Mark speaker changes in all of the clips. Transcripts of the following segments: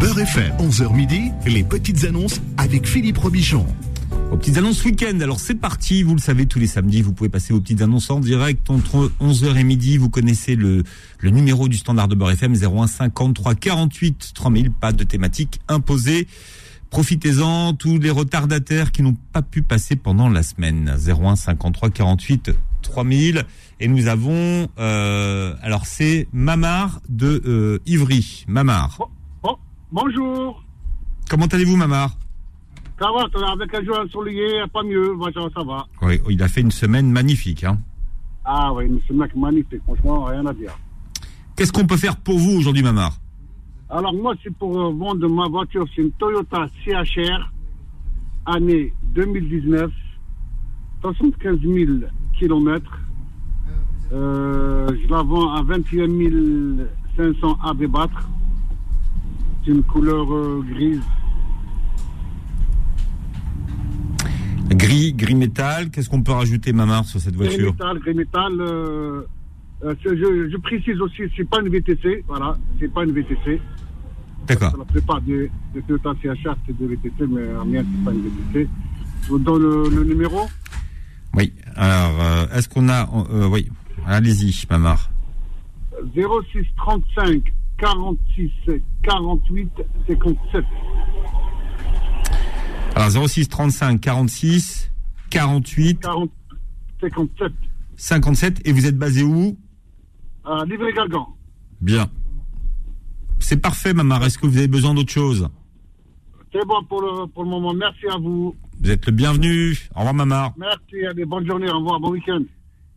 Speaker 1: Beurre FM, 11h midi, les petites annonces avec Philippe Robichon.
Speaker 2: Aux petites annonces week-end, alors c'est parti, vous le savez, tous les samedis, vous pouvez passer aux petites annonces en direct entre 11h et midi. Vous connaissez le, le numéro du standard de Beurre FM 01 53 48 3000, pas de thématique imposée. Profitez-en, tous les retardataires qui n'ont pas pu passer pendant la semaine. 01 53 48 3000. Et nous avons, euh, alors c'est Mamar de euh, Ivry. Mamar.
Speaker 3: Bon- bonjour.
Speaker 2: Comment allez-vous, Mamar
Speaker 3: Ça va, ça va, avec un jour ensoleillé, pas mieux. Bah, ça, ça va.
Speaker 2: Oui, il a fait une semaine magnifique. Hein.
Speaker 3: Ah oui, mais ce mec magnifique, franchement, rien à dire.
Speaker 2: Qu'est-ce qu'on peut faire pour vous aujourd'hui, Mamar
Speaker 3: Alors moi, c'est pour euh, vendre ma voiture. C'est une Toyota CHR, année 2019, 75 000 kilomètres. Euh, je la vends à 21 500 à débattre. C'est une couleur euh, grise.
Speaker 2: Gris, gris métal, qu'est-ce qu'on peut rajouter, Mamar, sur cette
Speaker 3: Gris
Speaker 2: voiture
Speaker 3: métal, gris métal. euh, euh, c'est- je, je précise aussi, c'est pas une VTC, voilà, c'est pas une VTC.
Speaker 2: D'accord.
Speaker 3: La plupart des, des Toyota CHR, c'est des VTC, mais la mienne, c'est pas une VTC. Je vous donne le, le numéro.
Speaker 2: Oui, alors, euh, est-ce qu'on a... euh, oui, allez-y, Mamar.
Speaker 3: 06 35 46 48 57.
Speaker 2: Alors, 06 35 46 48
Speaker 3: 40, 57.
Speaker 2: 57, et vous êtes basé où
Speaker 3: À Livry-Gargan.
Speaker 2: Bien. C'est parfait, Mamar. Est-ce que vous avez besoin d'autre chose
Speaker 3: C'est bon pour le, pour le moment. Merci à vous.
Speaker 2: Vous êtes le bienvenu. Au revoir, Mamar.
Speaker 3: Merci. Allez, bonne journée. Au revoir. Bon week-end.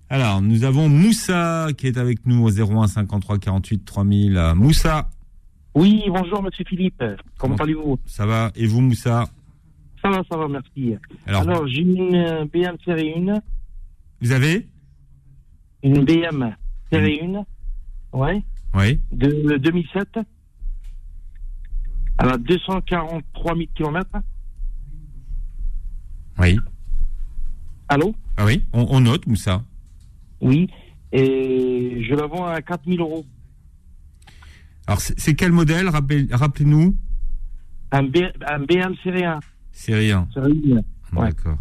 Speaker 2: Alors, nous avons Moussa qui est avec nous au 01 53 48 3000. Euh, Moussa,
Speaker 4: Oui, bonjour Monsieur Philippe. Comment
Speaker 2: Bon.
Speaker 4: allez-vous
Speaker 2: ça va Et vous, Moussa
Speaker 4: Ça va, ça va, merci.
Speaker 2: Alors,
Speaker 4: Alors, j'ai une euh, BM série 1,
Speaker 2: vous avez
Speaker 4: une BM série 1, ouais,
Speaker 2: Oui.
Speaker 4: de 2007. Elle a 243 000 km.
Speaker 2: Oui.
Speaker 4: Allô
Speaker 2: Ah oui On, on note, Moussa.
Speaker 4: Oui. Et je la vends à 4 000 euros.
Speaker 2: Alors, c'est c'est quel modèle Rappel- Rappelez-nous.
Speaker 4: Un, B- un BM série 1.
Speaker 2: C'est rien.
Speaker 4: Série 1. Ouais.
Speaker 2: D'accord.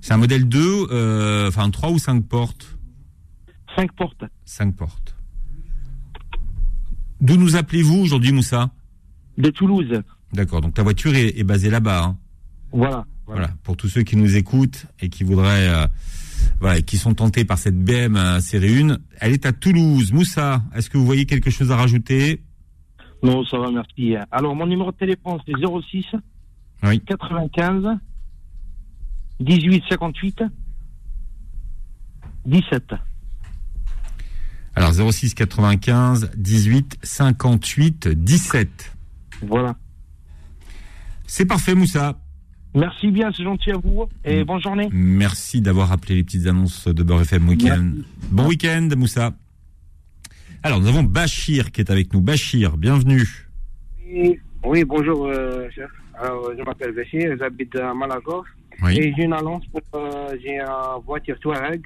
Speaker 2: C'est un modèle 2, euh, enfin 3 ou 5 portes
Speaker 4: 5 portes.
Speaker 2: 5 portes. D'où nous appelez-vous aujourd'hui, Moussa
Speaker 4: De Toulouse.
Speaker 2: D'accord, donc la voiture est, est basée là-bas. hein.
Speaker 4: Voilà.
Speaker 2: Voilà. pour tous ceux qui nous écoutent et qui voudraient, euh, voilà, et qui sont tentés par cette BM euh, série 1, elle est à Toulouse. Moussa, est-ce que vous voyez quelque chose à rajouter
Speaker 4: Non, ça va, merci. Alors, mon numéro de téléphone, c'est 06
Speaker 2: Oui.
Speaker 4: 95 18 58 17.
Speaker 2: Alors 06 95 18 58 17.
Speaker 4: Voilà.
Speaker 2: C'est parfait, Moussa.
Speaker 4: Merci bien, c'est gentil à vous et bonne journée.
Speaker 2: Merci d'avoir appelé les petites annonces de Beurre FM Week-end. Bon week-end, Moussa. Alors, nous avons Bachir qui est avec nous. Bachir, bienvenue.
Speaker 5: Oui, oui, bonjour, euh, chef. Alors, je m'appelle Béchir, j'habite à Malakoff.
Speaker 2: Oui.
Speaker 5: Et j'ai une annonce pour. euh, j'ai une voiture Touareg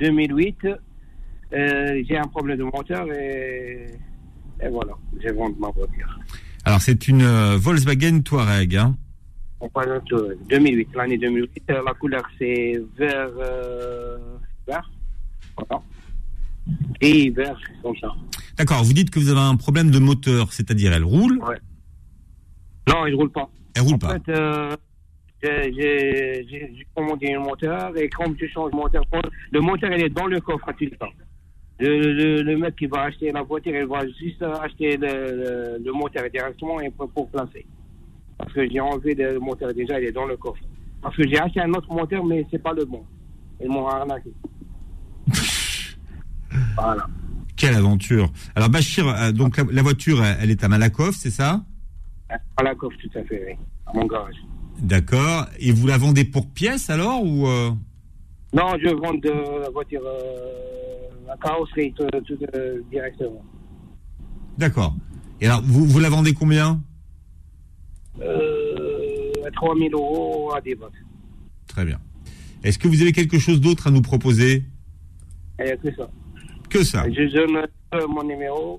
Speaker 5: 2008. Euh, j'ai un problème de moteur et. Et voilà, je vends ma voiture.
Speaker 2: Alors, c'est une euh, Volkswagen Touareg. hein.
Speaker 5: On parle de Touareg, 2008, l'année 2008. Euh, La couleur, c'est vert. euh, vert. Voilà. Et vert, comme ça.
Speaker 2: D'accord, vous dites que vous avez un problème de moteur, c'est-à-dire elle roule,
Speaker 5: Non, il ne roule pas.
Speaker 2: elle roule
Speaker 5: En
Speaker 2: pas.
Speaker 5: fait, euh, j'ai- j'ai j'ai- j'ai commandé un moteur et comme tu changes le moteur, le moteur il est dans le coffre à tout le temps. Le, le- le mec qui va acheter la voiture, il va juste acheter le, le- le moteur directement et pour, pour placer. Parce que j'ai enlevé le le moteur déjà, il est dans le coffre. Parce que j'ai acheté un autre moteur, mais c'est pas le bon. Ils m'ont arnaqué. voilà.
Speaker 2: Quelle aventure. Alors Bachir, euh, donc la, la voiture, elle, elle est à Malakoff, c'est ça
Speaker 5: Voilà le coffre, tout à fait, oui. À mon garage.
Speaker 2: D'accord. Et vous la vendez pour pièce alors ou euh,
Speaker 5: Non, je vends de la voiture, euh, la carrosserie, tout, tout, euh, directement.
Speaker 2: D'accord. Et alors vous, vous la vendez combien
Speaker 5: Euh, 3000 euros à débattre.
Speaker 2: Très bien. Est-ce que vous avez quelque chose d'autre à nous proposer
Speaker 5: Il n'y a que ça.
Speaker 2: que ça
Speaker 5: Je donne euh, mon numéro,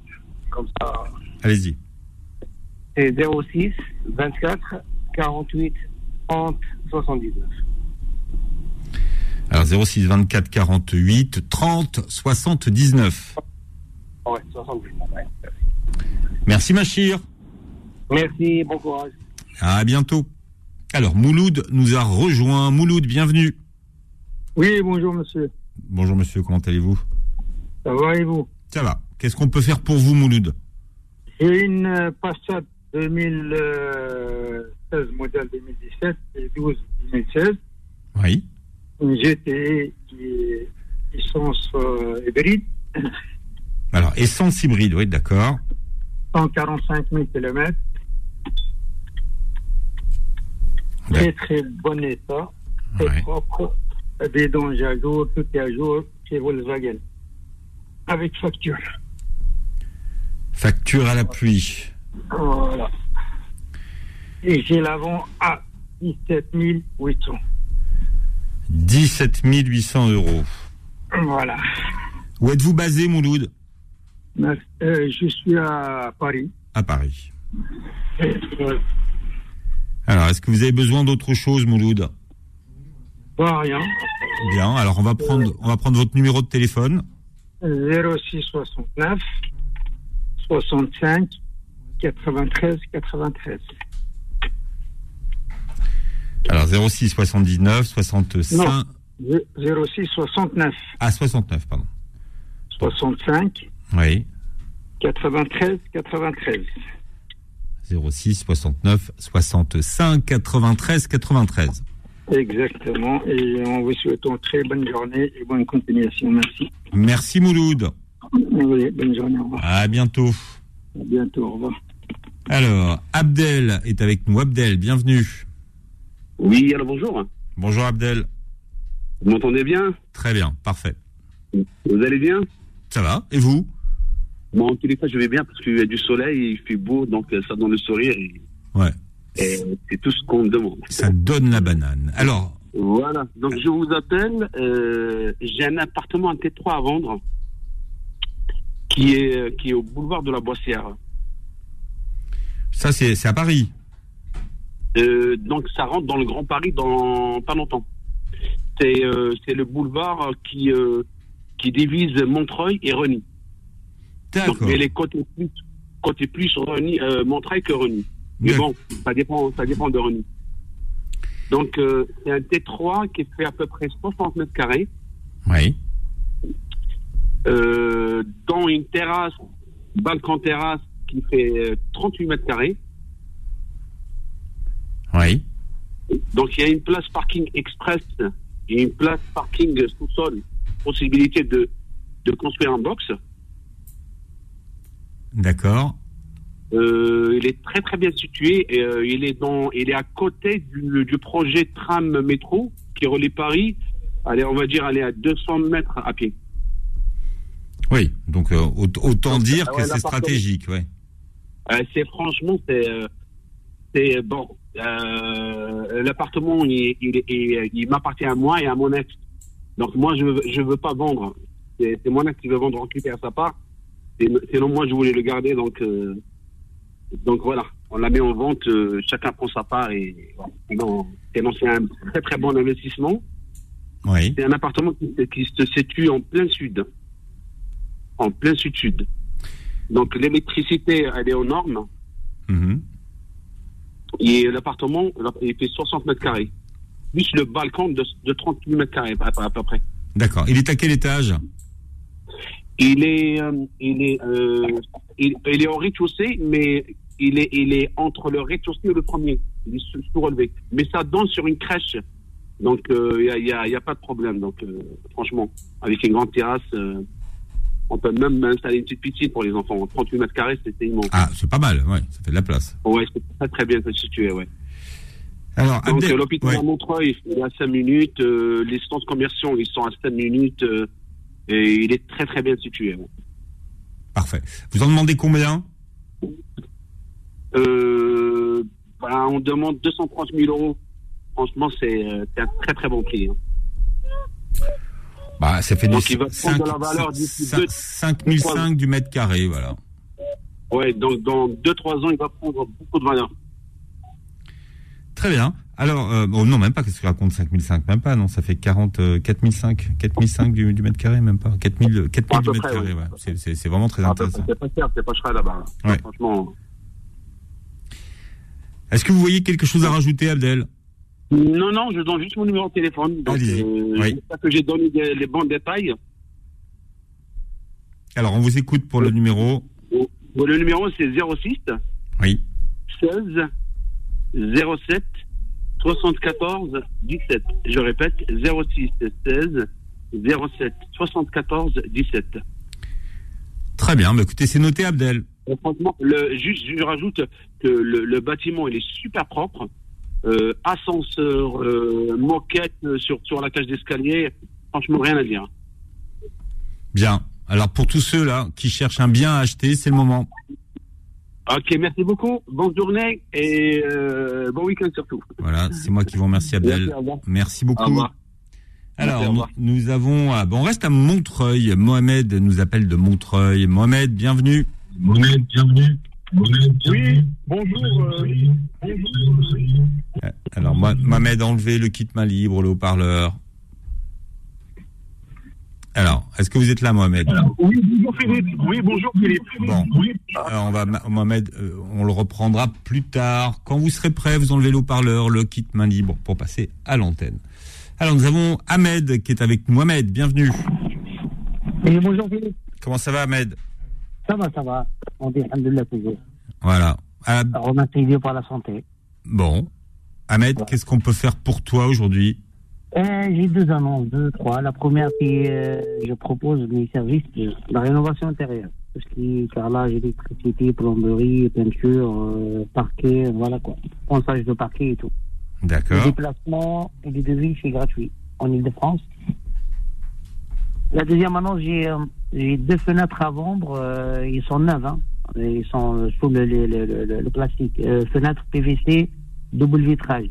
Speaker 5: comme ça.
Speaker 2: Allez-y.
Speaker 5: C'est 06 24 48 30 79.
Speaker 2: Alors 06 24 48 30 79.
Speaker 5: Ouais, 79. ouais.
Speaker 2: Merci Machir.
Speaker 5: Merci, bon courage.
Speaker 2: À bientôt. Alors Mouloud nous a rejoint. Mouloud, bienvenue.
Speaker 6: Oui, bonjour monsieur.
Speaker 2: Bonjour monsieur, comment allez-vous
Speaker 6: Ça va et vous
Speaker 2: Ça va. Qu'est-ce qu'on peut faire pour vous Mouloud
Speaker 6: J'ai une euh, Passat 2016, euh, modèle 2017 et 12 2016,
Speaker 2: Oui.
Speaker 6: une GTE qui est licence euh, hybride,
Speaker 2: Alors essence hybride, oui, d'accord.
Speaker 6: 145 000 km,
Speaker 2: Ouais.
Speaker 6: très très bon état, très
Speaker 2: Ouais.
Speaker 6: propre, bidonge à jour, tout est à jour chez Volkswagen, avec facture.
Speaker 2: Facture à l'appui.
Speaker 6: Voilà. Et j'ai l'avant à 17 800.
Speaker 2: 17 800 euros.
Speaker 6: Voilà.
Speaker 2: Où êtes-vous basé Mouloud
Speaker 6: Merci. Euh, je suis à Paris.
Speaker 2: À Paris.
Speaker 6: Et, euh,
Speaker 2: Alors, est-ce que vous avez besoin d'autre chose Mouloud
Speaker 6: pas rien.
Speaker 2: Bien, alors on va prendre on va prendre votre numéro de téléphone.
Speaker 6: 0669 65 93 93.
Speaker 2: Alors 06 79 65
Speaker 6: Non. Je- 06 69
Speaker 2: à 69 pardon.
Speaker 6: 65
Speaker 2: Oui.
Speaker 6: 93 93.
Speaker 2: 06 69 65 93 93.
Speaker 6: Exactement. Et on vous souhaite une très bonne journée et bonne continuation. Merci.
Speaker 2: Merci Mouloud.
Speaker 6: Oui, bonne journée. Au revoir.
Speaker 2: À bientôt.
Speaker 6: À bientôt. Au revoir.
Speaker 2: Alors, Abdel est avec nous. Abdel, bienvenue.
Speaker 7: Oui, alors bonjour.
Speaker 2: Bonjour Abdel.
Speaker 7: Vous m'entendez bien
Speaker 2: Très bien, parfait.
Speaker 7: Vous allez bien
Speaker 2: Ça va Et vous
Speaker 7: Moi, en tous les cas, je vais bien parce qu'il y a du soleil, il fait beau, donc euh, ça donne le sourire et,
Speaker 2: Ouais.
Speaker 7: et c'est tout ce qu'on me demande.
Speaker 2: Ça donne la banane. Alors,
Speaker 7: Voilà, donc je vous appelle. euh, J'ai un appartement en T3 à vendre qui est, euh, qui est au boulevard de la Boissière.
Speaker 2: ça c'est c'est à Paris.
Speaker 7: Euh, donc ça rentre dans le Grand Paris dans pas longtemps. C'est euh, c'est le boulevard qui, euh, qui divise Montreuil et Reny. Donc,
Speaker 2: D'accord.
Speaker 7: mais les côtés plus, côté plus Reny, euh, Montreuil que Reny. Mais
Speaker 2: Bien.
Speaker 7: bon, ça dépend, ça dépend de Rony. Donc, euh, c'est un T3 qui fait à peu près 60 mètres carrés,
Speaker 2: Oui.
Speaker 7: euh, dans une terrasse, balcon terrasse, qui fait euh, 38 mètres carrés.
Speaker 2: Oui.
Speaker 7: Donc, il y a une place parking express et une place parking sous-sol, possibilité de, de construire un box.
Speaker 2: D'accord.
Speaker 7: Euh, il est très très bien situé. et, euh, il est dans, il est à côté du, du projet tram métro qui relie Paris. Allez, on va dire, aller à 200 mètres à pied.
Speaker 2: Oui. Donc euh, aut- autant
Speaker 7: Donc,
Speaker 2: dire
Speaker 7: ah
Speaker 2: que
Speaker 7: ouais,
Speaker 2: c'est
Speaker 7: l'appartement.
Speaker 2: stratégique, ouais.
Speaker 7: Euh, c'est franchement, c'est, euh, c'est bon. Euh, l'appartement, il, il, il, il m'appartient à moi et à mon ex. Donc moi, je veux- je veux pas vendre. C'est, c'est mon ex qui veut vendre, récupère sa part. Et sinon, moi, je voulais le garder. Donc, euh, donc voilà, on la met en vente. euh, chacun prend sa part et voilà. Sinon, sinon, c'est un très très bon investissement.
Speaker 2: Oui.
Speaker 7: C'est un appartement qui, qui se situe en plein sud. En plein sud-sud. Donc l'électricité, elle est aux normes.
Speaker 2: Mhm.
Speaker 7: Et l'appartement, il fait 60 mètres carrés. Plus le balcon de, de 38 mètres carrés, à, peu- à peu près.
Speaker 2: D'accord. Il est à quel étage
Speaker 7: Il est, euh, il est, euh, il, il est au rez-de-chaussée, mais il est, il est entre le rez-de-chaussée et le premier. Il est sous- sous-relevé. Mais ça donne sur une crèche. Donc, euh, il n'y a, il y a- il y a pas de problème. Donc, euh, franchement, avec une grande terrasse, euh, on peut même installer une petite piscine pour les enfants. 38 mètres carrés, c'est immense.
Speaker 2: Ah, c'est pas mal. Ouais, ça fait de la place.
Speaker 7: Ouais, c'est très, très bien situé, ouais.
Speaker 2: Alors,
Speaker 7: Donc
Speaker 2: Abdel-
Speaker 7: euh, l'hôpital
Speaker 2: ouais.
Speaker 7: à Montreuil il est à 5 minutes, euh, les centres commerciaux ils sont à 5 minutes euh, et il est très très bien situé. hein. ouais.
Speaker 2: Parfait. Vous en demandez combien
Speaker 7: Euh, bah, on demande 230 000 euros. Franchement c'est euh, c'est un très très bon prix. hein.
Speaker 2: Bah, ça fait
Speaker 7: Donc,
Speaker 2: du
Speaker 7: il va prendre de la valeur d'ici deux-
Speaker 2: 5005 du mètre carré, voilà.
Speaker 7: Ouais, donc dans 2-3 ans, il va prendre beaucoup de valeur.
Speaker 2: Très bien. Alors, euh, bon, non, même pas, qu'est-ce que je raconte 5005 Même pas, non, ça fait 40, euh, 4005, 4005 du, du mètre carré, même pas. 4000, 4000
Speaker 7: À
Speaker 2: du
Speaker 7: peu
Speaker 2: mètre
Speaker 7: près,
Speaker 2: carré,
Speaker 7: oui.
Speaker 2: Ah ouais. C'est- C'est c'est vraiment très
Speaker 7: Ah, bah,
Speaker 2: intéressant.
Speaker 7: C'est pas cher, c'est pas cher là-bas. là.
Speaker 2: Ouais.
Speaker 7: Franchement.
Speaker 2: Est-ce que vous voyez quelque chose à rajouter, Abdel
Speaker 7: Non, non, je donne juste mon numéro de téléphone. Donc,
Speaker 2: Allez-y.
Speaker 7: euh,
Speaker 2: Oui.
Speaker 7: J'espère que j'ai donné des- les bons détails.
Speaker 2: Alors, on vous écoute pour le numéro.
Speaker 7: Bon, Le numéro, c'est 06
Speaker 2: Oui.
Speaker 7: 16 07 74 17. Je répète, 06 16 07 74 17.
Speaker 2: Très bien. Bah, écoutez, c'est noté, Abdel.
Speaker 7: Et franchement, le, juste, je rajoute que le, le bâtiment, il est super propre. Euh, ascenseur, euh, moquette euh, sur, sur la cage d'escalier, franchement, rien à dire.
Speaker 2: Bien. Alors, pour tous ceux là qui cherchent un bien à acheter, c'est le moment.
Speaker 7: Ok, merci beaucoup. Bonne journée et euh, bon week-end surtout.
Speaker 2: Voilà, c'est moi qui vous remercie, Abdel.
Speaker 7: Merci, au revoir.
Speaker 2: Merci
Speaker 7: Au
Speaker 2: beaucoup.
Speaker 7: revoir.
Speaker 2: Alors,
Speaker 7: Merci, au
Speaker 2: nous,
Speaker 7: revoir.
Speaker 2: nous avons. ah, bon, on reste à Montreuil. Mohamed nous appelle de Montreuil. Mohamed, bienvenue.
Speaker 8: Mohamed, bienvenue.
Speaker 9: Oui, bonjour. euh, bonjour.
Speaker 2: Alors, Mo- Mohamed, enlevez le kit main libre, le haut-parleur. Alors, est-ce que vous êtes là, Mohamed
Speaker 9: Oui, bonjour Philippe. Oui, bonjour Philippe.
Speaker 2: Bon.
Speaker 9: Oui,
Speaker 2: Euh, on va, ma- Mohamed, euh, on le reprendra plus tard. Quand vous serez prêt, vous enlevez le haut-parleur, le kit main libre pour passer à l'antenne. Alors, nous avons Ahmed qui est avec nous. Ahmed, bienvenue.
Speaker 10: Et bonjour Philippe,
Speaker 2: Comment ça va, Ahmed
Speaker 10: ça va, ça va. On dit Alhamdulillah toujours.
Speaker 2: Voilà. Ah,
Speaker 10: Remercie Dieu pour la santé.
Speaker 2: bon. Ahmed, qu'est-ce qu'on peut faire pour toi aujourd'hui
Speaker 10: Euh, J'ai deux annonces, deux, trois. La première, c'est euh, je propose mes services de la rénovation intérieure. Tout ce qui est carrelage, électricité, plomberie, peinture, euh, parquet, voilà quoi. Ponçage de parquet et tout. Les
Speaker 2: D'accord.
Speaker 10: déplacements et les devis, c'est gratuit en Ile-de-France. La deuxième annonce, j'ai euh, j'ai deux fenêtres à vendre. euh, ils sont neuves. hein. Ils sont euh, sous le, le- le- le- le plastique. Euh, fenêtre PVC, double vitrage.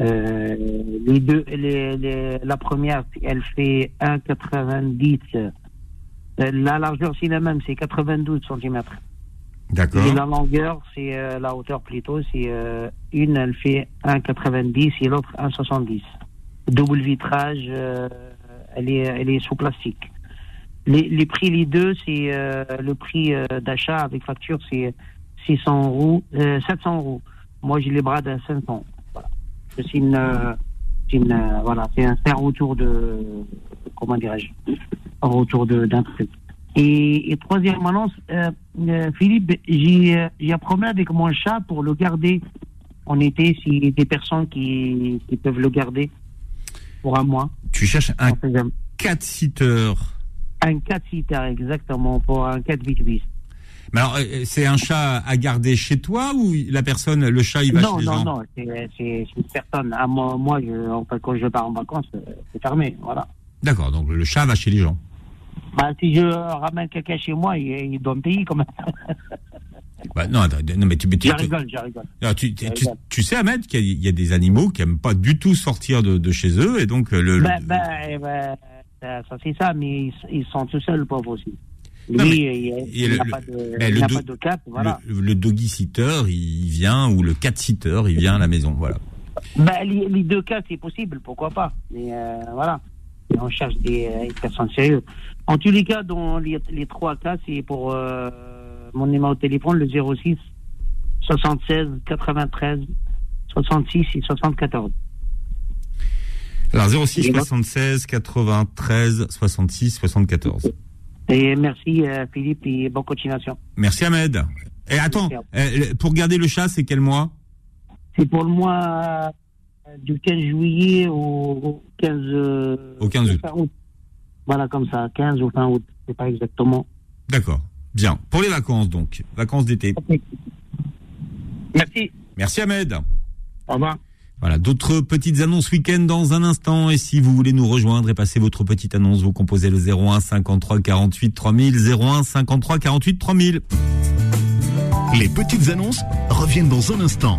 Speaker 10: Euh, les deux, les- les- la première, elle fait 1,90. Euh, La largeur, c'est la même, c'est 92 cm. Et
Speaker 2: D'accord.
Speaker 10: la longueur, c'est euh, la hauteur plutôt, c'est euh, une, elle fait 1,90 et l'autre 1,70. Double vitrage, euh, elle, est, elle est sous plastique. Les, les prix, les deux, c'est euh, le prix euh, d'achat avec facture, c'est 600 euros, euh, 700 euros. Moi, j'ai les bras d'un 500. Voilà. C'est une, euh, c'est une, euh, voilà, c'est un, c'est un retour de, comment dirais-je, un retour de- d'un truc. Et, et troisième annonce, euh, euh, Philippe, j'ai euh, j'ai un problème avec mon chat pour le garder en été, s'il y a des personnes qui, qui peuvent le garder pour un mois.
Speaker 2: Tu cherches un
Speaker 10: On sait jamais.
Speaker 2: 4-seater.
Speaker 10: Un 4 sitter exactement, pour un 4 8 8
Speaker 2: Mais alors, euh, c'est un chat à garder chez toi ou la personne, le chat, Ah, il va
Speaker 10: Non,
Speaker 2: chez les
Speaker 10: non,
Speaker 2: gens
Speaker 10: non, c'est c'est- c'est une personne. À moi, moi je, en fait, quand je pars en vacances, euh, c'est fermé, voilà.
Speaker 2: D'accord, donc le chat va chez les gens.
Speaker 10: Bah, si je ramène quelqu'un chez moi, il, il doit me payer quand même.
Speaker 2: Bah, non, attends, non, mais tu, mais tu-
Speaker 10: Je rigole, je rigole.
Speaker 2: Alors, tu, tu,
Speaker 10: Je
Speaker 2: tu-
Speaker 10: rigole.
Speaker 2: tu sais, Ahmed, qu'il y, a- il y a des animaux qui aiment pas du tout sortir de, de chez eux, et donc euh, le. le-
Speaker 10: Ben, ben, eh ben, ça, ça, c'est ça, mais ils, ils sont tout seuls, le pauvre aussi. Lui,
Speaker 2: Non, mais-
Speaker 10: il-
Speaker 2: et
Speaker 10: il
Speaker 2: le-
Speaker 10: n'a
Speaker 2: le-
Speaker 10: pas, de-
Speaker 2: mais
Speaker 10: il
Speaker 2: le
Speaker 10: n'a
Speaker 2: do-
Speaker 10: pas de cap, voilà.
Speaker 2: le, le doggy sitter, il vient, ou le cat sitter, il vient à la maison, voilà.
Speaker 10: Ben, les, les deux cas, c'est possible, pourquoi pas. Mais euh, voilà, Et on cherche des, euh, des personnes sérieuses. En tous les cas, dans les, les trois cas, c'est pour euh, mon numéro de téléphone, le 06 76 93 66 et 74.
Speaker 2: Alors, 06 76 93 66 74.
Speaker 10: Et merci, euh, Philippe, et bonne continuation.
Speaker 2: Merci, Ahmed. Et attends,
Speaker 10: Merci.
Speaker 2: euh, le- pour garder le chat, c'est quel mois
Speaker 10: C'est pour le mois euh, du 15 juillet au 15, euh,
Speaker 2: Au 15 août.
Speaker 10: fin Voilà, comme ça, 15 ou fin août, c'est pas exactement.
Speaker 2: D'accord. Bien. Pour les vacances, donc. Vacances d'été.
Speaker 10: Merci.
Speaker 2: Merci, Ahmed.
Speaker 10: Au revoir.
Speaker 2: Voilà, d'autres petites annonces week-end dans un instant. Et si vous voulez nous rejoindre et passer votre petite annonce, vous composez le 01 53 48 3000, 01 53 48 3000.
Speaker 1: Les petites annonces reviennent dans un instant.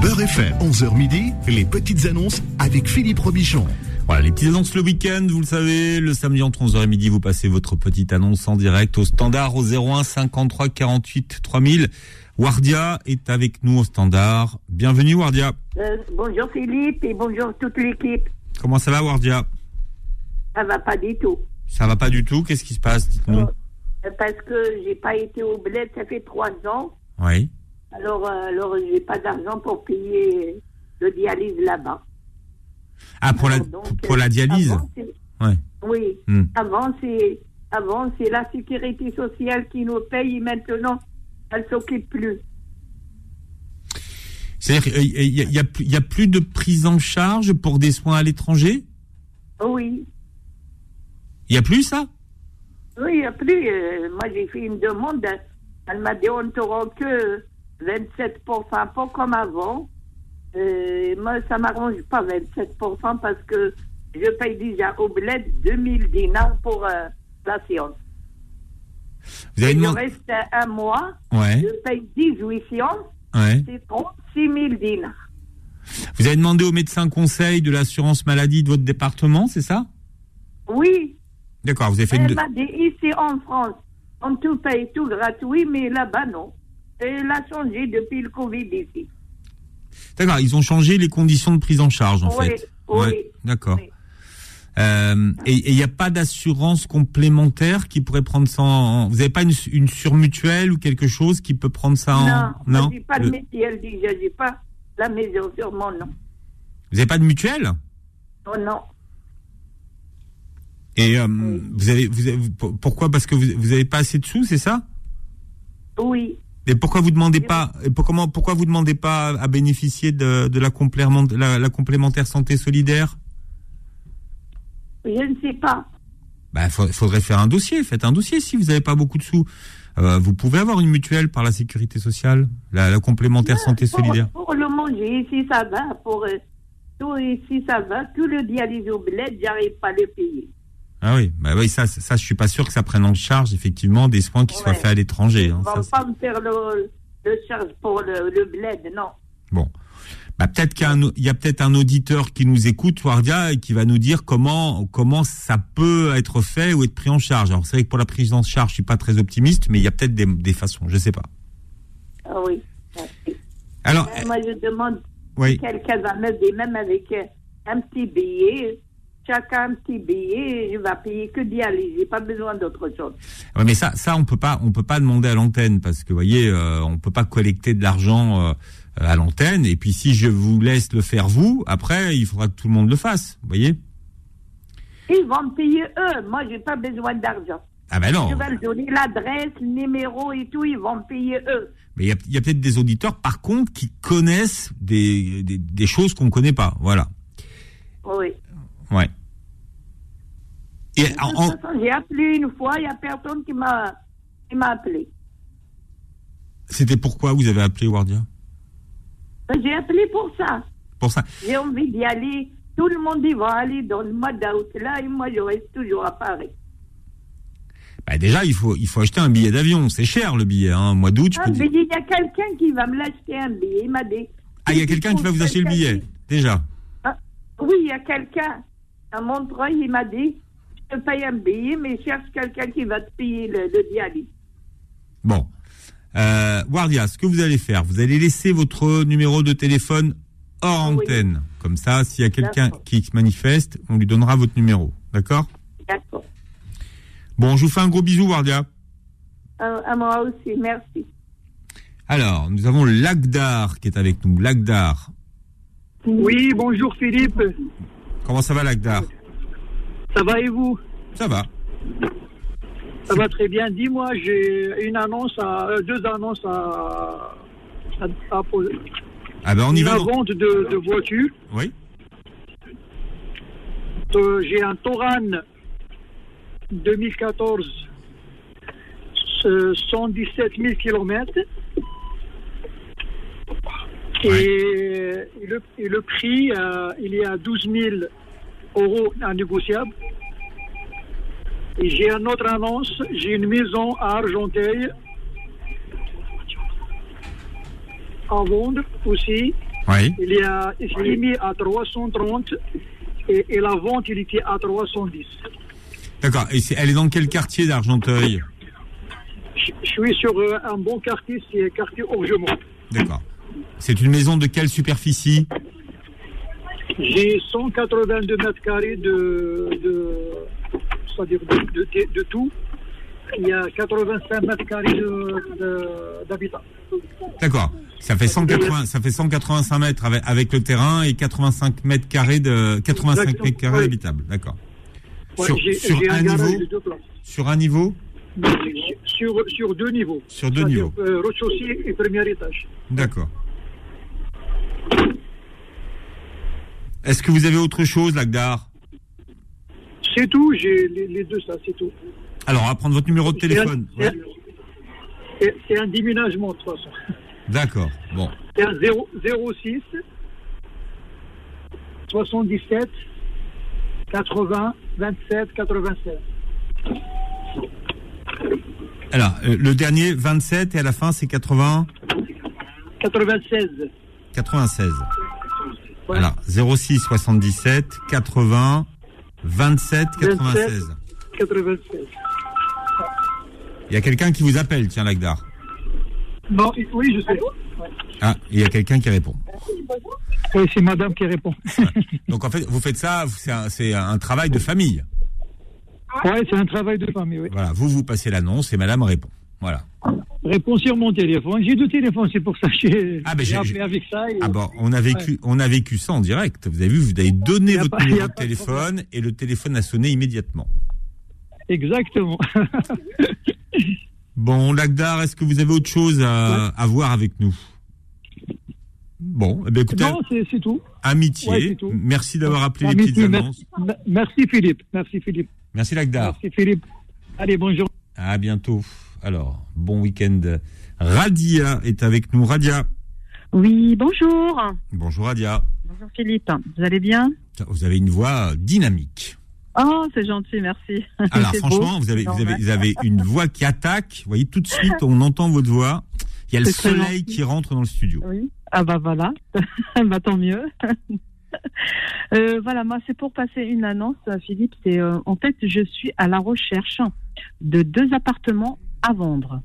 Speaker 1: Beurre FM, 11h midi, les petites annonces avec Philippe Robichon.
Speaker 2: Voilà, les petites annonces le week-end, vous le savez, le samedi entre 11h et midi, vous passez votre petite annonce en direct au standard au 01 53 48 3000. Wardia est avec nous au standard. Bienvenue Wardia.
Speaker 8: Euh, bonjour Philippe et bonjour toute l'équipe.
Speaker 2: Comment ça va Wardia
Speaker 8: Ça va pas du tout.
Speaker 2: Ça va pas du tout, qu'est-ce qui se passe Dites-nous.
Speaker 8: Euh, Parce que j'ai pas été au bled, ça fait trois ans.
Speaker 2: Oui.
Speaker 8: Alors, euh, alors j'ai pas d'argent pour payer le dialyse là-bas.
Speaker 2: Ah, pour la,
Speaker 8: Donc,
Speaker 2: pour
Speaker 8: euh,
Speaker 2: la dialyse
Speaker 8: avant, c'est-
Speaker 2: Ouais.
Speaker 8: Oui.
Speaker 2: Hmm.
Speaker 8: Avant, c'est avant c'est la sécurité sociale qui nous paye. Maintenant, elle s'occupe plus.
Speaker 2: C'est-à-dire qu'il n'y a, il y a plus- il y a plus de prise en charge pour des soins à l'étranger
Speaker 8: Oui.
Speaker 2: Il n'y a plus ça
Speaker 8: Oui, il y a plus. euh, moi, j'ai fait une demande. Elle m'a dit on ne te rend que 27%, pas comme avant. Euh, moi, ça m'arrange pas 27% parce que je paye déjà au bled 2000 dinars pour euh, la séance.
Speaker 2: Vous avez
Speaker 8: Il me
Speaker 2: demandé-
Speaker 8: reste un mois.
Speaker 2: Ouais.
Speaker 8: Je paye 18 séances.
Speaker 2: Ouais.
Speaker 8: C'est 36 000 dinars.
Speaker 2: Vous avez demandé au médecin conseil de l'assurance maladie de votre département, c'est ça
Speaker 8: Oui.
Speaker 2: D'accord, vous avez fait une...
Speaker 8: Elle
Speaker 2: de-
Speaker 8: Euh, m'a dit ici en France, on te paye tout gratuit, mais là-bas non. Et elle a changé depuis le Covid ici.
Speaker 2: D'accord, ils ont changé les conditions de prise en charge, en
Speaker 8: Oui,
Speaker 2: fait.
Speaker 8: oui,
Speaker 2: Ouais, D'accord. Euh, et et il n'y a pas d'assurance complémentaire qui pourrait prendre ça en... Vous n'avez pas une, une surmutuelle ou quelque chose qui peut prendre ça en... Euh,
Speaker 8: non, moi, j'ai pas de
Speaker 2: Le-
Speaker 8: métier, elle dit, je n'ai pas la maison sur mon nom.
Speaker 2: Vous n'avez pas de mutuelle
Speaker 8: Oh non.
Speaker 2: Et euh, vous, avez, vous avez- pour- Pourquoi Parce que vous n'avez pas assez de sous, c'est ça
Speaker 8: Oui.
Speaker 2: Et pourquoi vous demandez pas et pour- comment pourquoi vous demandez pas à bénéficier de, de la, complément- la- la complémentaire santé solidaire
Speaker 8: Je ne sais pas.
Speaker 2: Bah, fa- faudrait faire un dossier. Faites un dossier si vous n'avez pas beaucoup de sous. Euh, vous pouvez avoir une mutuelle par la sécurité sociale, la, la complémentaire santé
Speaker 8: Pour,
Speaker 2: solidaire.
Speaker 8: pour le manger, ici ça va. Pour euh, tout, ici ça va. Tout le dialyse au bled, j'arrive pas à le payer.
Speaker 2: Ah oui, bah oui, ça, ça, je suis pas sûr que ça prenne en charge effectivement des soins qui soient faits à l'étranger. hein.
Speaker 8: On
Speaker 2: Ça,
Speaker 8: va
Speaker 2: c'est-
Speaker 8: pas me faire le, le charge pour le, le bled, non.
Speaker 2: bah, peut-être qu'il y a un- il y a peut-être un auditeur qui nous écoute, Wardia, et qui va nous dire comment comment ça peut être fait ou être pris en charge. Alors c'est vrai que pour la prise en charge, je suis pas très optimiste, mais il y a peut-être des, des façons. Je sais pas.
Speaker 8: Ah oui.
Speaker 2: Alors,
Speaker 8: Euh, moi, je demande
Speaker 2: Oui.
Speaker 8: si quelqu'un va me des même avec euh, un petit billet. Chacun un petit billet, je vais payer que dialyse. J'ai pas besoin d'autre chose.
Speaker 2: Ouais, Ah, mais ça, ça, on peut pas, on peut pas demander à l'antenne parce que, vous voyez, euh, on peut pas collecter de l'argent euh, à l'antenne. Et puis, si je vous laisse le faire vous, après, il faudra que tout le monde le fasse, vous voyez.
Speaker 8: Ils vont me payer eux. Moi, j'ai pas besoin d'argent.
Speaker 2: Ah ben non.
Speaker 8: Je vais leur donner l'adresse, le numéro et tout. Ils vont me payer eux.
Speaker 2: Mais il y a, il y a peut-être des auditeurs, par contre, qui connaissent des des, des choses qu'on connaît pas. Voilà.
Speaker 8: Oui.
Speaker 2: Ouais. Et en- en-
Speaker 8: De toute façon, J'ai appelé une fois, il n'y a personne qui m'a qui m'a appelé.
Speaker 2: c'était pourquoi vous avez appelé Wardia
Speaker 8: J'ai appelé pour ça.
Speaker 2: Pour ça.
Speaker 8: J'ai envie d'y aller. Tout le monde y va aller dans le mois d'août là et moi je reste toujours à Paris.
Speaker 2: Bah déjà, il faut, il faut acheter un billet d'avion. C'est cher le billet. Hein. Au Mois d'août, je
Speaker 8: Ah,
Speaker 2: peux
Speaker 8: mais
Speaker 2: dire.
Speaker 8: il y a quelqu'un qui va me l'acheter un billet. Il m'a dit.
Speaker 2: Ah, il y a quelqu'un qui va vous acheter le billet. Déjà.
Speaker 8: Ah, oui, il y a quelqu'un à Montreuil, il m'a dit je te paye un billet, mais cherche quelqu'un qui va te payer le, le dialyse.
Speaker 2: Bon. Euh, Wardia, ce que vous allez faire, vous allez laisser votre numéro de téléphone hors
Speaker 8: Oui.
Speaker 2: antenne. Comme ça, s'il y a quelqu'un
Speaker 8: D'accord.
Speaker 2: qui se manifeste, on lui donnera votre numéro. D'accord
Speaker 8: D'accord.
Speaker 2: Bon, je vous fais un gros bisou, Wardia.
Speaker 8: À, à moi aussi, merci.
Speaker 2: Alors, nous avons Lagdar qui est avec nous. Lagdar.
Speaker 11: Oui, bonjour Philippe.
Speaker 2: Comment ça va, Lagdar
Speaker 11: Ça va et vous
Speaker 2: Ça va.
Speaker 11: Ça va très bien. Dis-moi, j'ai une annonce, à, euh, deux annonces à, à, à poser.
Speaker 2: Ah ben, on y
Speaker 11: Une
Speaker 2: va. non
Speaker 11: vente de, de voitures.
Speaker 2: Oui.
Speaker 11: Euh, j'ai un Touran 2014, euh, 117 000 km. Et, et le, et le prix, euh, il est à 12 000 euros à négociable. Et j'ai une autre annonce, j'ai une maison à Argenteuil à vendre aussi.
Speaker 2: Oui.
Speaker 11: euh, Il est à- estimé à 330 et, et la vente, il était à 310.
Speaker 2: D'accord. Et c'est- elle est dans quel quartier d'Argenteuil
Speaker 11: Je, je suis sur euh, un bon quartier, c'est le quartier Orgemont.
Speaker 2: D'accord. C'est une maison de quelle superficie
Speaker 11: J'ai 182 mètres carrés de, de, c'est-à-dire de, de, de- de tout. Il y a 85 mètres carrés de- de- d'habitat.
Speaker 2: D'accord. Ça fait 180, ça fait 185 mètres avec, avec le terrain et 85 mètres carrés de 85 mètres carrés habitables. D'accord.
Speaker 11: Ouais,
Speaker 2: sur,
Speaker 11: j'ai-
Speaker 2: sur
Speaker 11: j'ai
Speaker 2: un
Speaker 11: garage
Speaker 2: niveau,
Speaker 11: de deux places.
Speaker 2: sur un niveau.
Speaker 11: Sur, sur deux niveaux.
Speaker 2: Sur deux
Speaker 11: C'est-à-dire,
Speaker 2: niveaux.
Speaker 11: euh, Rez-de-chaussée et premier étage.
Speaker 2: D'accord. Est-ce que vous avez autre chose, Lagdar
Speaker 11: C'est tout, j'ai les, les deux, ça, c'est tout.
Speaker 2: Alors, on va prendre votre numéro de téléphone.
Speaker 11: C'est un- c'est- C'est un déménagement, de toute façon.
Speaker 2: D'accord. Bon.
Speaker 11: C'est un 0 06 77 80 27 96.
Speaker 2: Alors, euh, le dernier 27 et à la fin c'est 80
Speaker 11: 96.
Speaker 2: 96. Alors, 06 77 80 27 96.
Speaker 11: 96.
Speaker 2: Il y a quelqu'un qui vous appelle, tiens, Lagdar.
Speaker 11: Non, oui, je sais.
Speaker 2: Ah, il y a quelqu'un qui répond.
Speaker 12: Oui, c'est madame qui répond.
Speaker 2: Donc en fait, vous faites ça, c'est un, c'est un travail de famille.
Speaker 12: Ouais, c'est un travail de famille, oui.
Speaker 2: Voilà, vous, vous passez l'annonce et madame répond. Voilà.
Speaker 12: Réponds sur mon téléphone. J'ai deux téléphones, c'est pour ça que j'ai
Speaker 2: ben,
Speaker 12: j'ai
Speaker 2: j'ai-
Speaker 12: appelé
Speaker 2: j'ai-
Speaker 12: avec ça. et-
Speaker 2: Ah bon, on a vécu, on a vécu ça en direct. Vous avez vu, vous avez donné
Speaker 12: Y a
Speaker 2: votre
Speaker 12: pas- y
Speaker 2: numéro
Speaker 12: a
Speaker 2: de
Speaker 12: pas de
Speaker 2: téléphone et le téléphone a sonné immédiatement.
Speaker 12: Exactement.
Speaker 2: Bon, Lagdar, est-ce que vous avez autre chose à, à voir avec nous Bon, eh ben, écoutez,
Speaker 12: non, c'est c'est tout.
Speaker 2: amitié.
Speaker 12: Ouais, c'est tout.
Speaker 2: Merci d'avoir appelé les
Speaker 12: Amitié,
Speaker 2: petites annonces.
Speaker 12: merci, merci Philippe. Merci Philippe.
Speaker 2: Merci Lagdar.
Speaker 12: Merci Philippe. Allez, bonjour.
Speaker 2: À bientôt. Alors, bon week-end. Radia est avec nous. Radia.
Speaker 13: Oui, bonjour.
Speaker 2: Bonjour Radia.
Speaker 13: Bonjour Philippe, vous allez bien
Speaker 2: Vous avez une voix dynamique.
Speaker 13: Oh, c'est gentil, merci.
Speaker 2: Alors
Speaker 13: C'est beau,
Speaker 2: franchement, vous, avez,
Speaker 13: c'est
Speaker 2: vous, avez,
Speaker 13: normal.
Speaker 2: vous avez une voix qui attaque. Vous voyez, tout de suite, on entend votre voix. Il y a le
Speaker 13: C'est très
Speaker 2: soleil
Speaker 13: gentil.
Speaker 2: qui rentre dans le studio.
Speaker 13: Oui. Ah bah voilà, bah tant mieux. Euh, voilà, moi c'est pour passer une annonce, Philippe. C'est euh, en fait, je suis à la recherche de deux appartements à vendre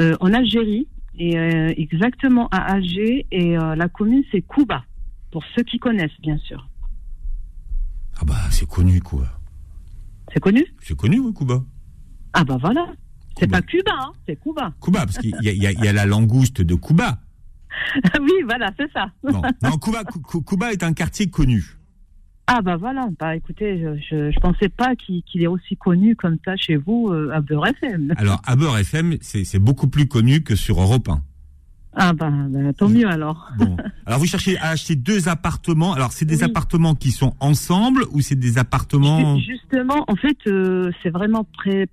Speaker 13: Euh, en Algérie et euh, exactement à Alger et euh, la commune c'est Kouba pour ceux qui connaissent bien sûr.
Speaker 2: Ah bah, c'est connu, quoi.
Speaker 13: C'est connu
Speaker 2: C'est connu, oui, Cuba.
Speaker 13: Ah bah voilà, c'est pas Cuba, hein, c'est Kouba.
Speaker 2: Cuba, parce qu'il y, a- il y a- il y a la langouste de Cuba.
Speaker 13: oui, voilà, c'est ça.
Speaker 2: Non, non Cuba, Cu- Cu- Cuba est un quartier connu.
Speaker 13: Ah bah voilà, bah écoutez, je- je, je pensais pas qu'il qu'il est aussi connu comme ça chez vous euh, à Beurre FM.
Speaker 2: Alors, à Beurre FM, c'est c'est beaucoup plus connu que sur Europe 1.
Speaker 13: Ah bah, bah, tant mieux alors.
Speaker 2: Alors, vous cherchez à acheter deux appartements. Alors, c'est des appartements qui sont ensemble ou c'est des appartements...
Speaker 13: Ju- Justement, en fait, euh, c'est vraiment pré-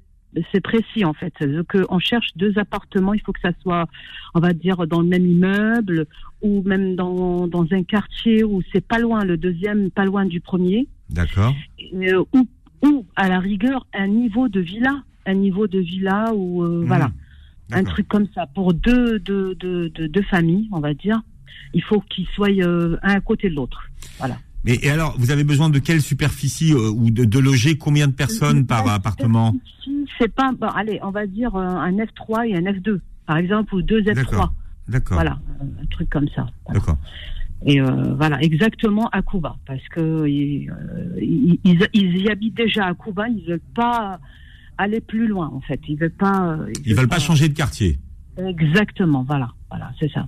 Speaker 13: c'est précis en fait. Donc, euh, on cherche deux appartements, il faut que ça soit, on va dire, dans le même immeuble ou même dans, dans un quartier où c'est pas loin, le deuxième pas loin du premier.
Speaker 2: D'accord.
Speaker 13: Euh, ou, ou à la rigueur un niveau de villa, un niveau de villa ou
Speaker 2: Hmm.
Speaker 13: euh, voilà, un truc comme ça pour deux deux, deux, deux- deux familles, on va dire. Il faut qu'ils soient euh, un à côté de l'autre. Voilà.
Speaker 2: Mais et alors, vous avez besoin de quelle superficie euh, ou de, de loger combien de
Speaker 13: Euh,
Speaker 2: personnes par appartement
Speaker 13: Si c'est pas, bon, allez, on va dire euh, un F3 et un F2, par exemple, ou deux F3.
Speaker 2: D'accord. D'accord.
Speaker 13: Voilà, un truc comme ça.
Speaker 2: D'accord.
Speaker 13: Et euh, voilà, exactement à Cuba, parce que ils, euh, ils- ils- ils y habitent déjà à Cuba, ils veulent pas aller plus loin en fait, ils veulent pas. euh,
Speaker 2: Ils veulent pas changer de quartier.
Speaker 13: Exactement, voilà, voilà, c'est ça.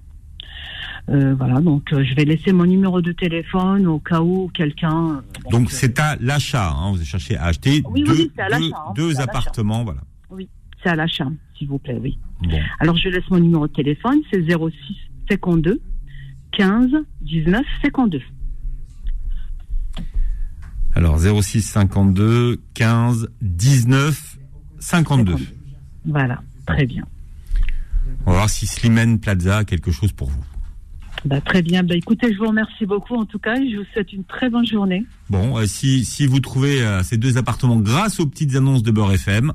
Speaker 13: Euh, voilà, donc euh, je vais laisser mon numéro de téléphone au cas où quelqu'un. euh,
Speaker 2: Donc c'est à l'achat. Hein. Vous cherchez à acheter
Speaker 13: Oui, oui,
Speaker 2: deux,
Speaker 13: oui, c'est à l'achat,
Speaker 2: deux-
Speaker 13: hein,
Speaker 2: deux
Speaker 13: c'est à l'achat.
Speaker 2: appartements. Voilà.
Speaker 13: Oui, c'est à l'achat, s'il vous plaît, oui.
Speaker 2: Bon.
Speaker 13: Alors, je laisse mon numéro de téléphone, c'est 06 52 15 19 52.
Speaker 2: Alors 06 52 15 19 52.
Speaker 13: Voilà, très bien.
Speaker 2: On va voir si Slimane Plaza a quelque chose pour vous.
Speaker 13: Bah, très bien. Bah, écoutez, je vous remercie beaucoup en tout cas. et Je vous souhaite une très bonne journée.
Speaker 2: Bon, euh, si, si vous trouvez euh, ces deux appartements grâce aux petites annonces de Beurre FM,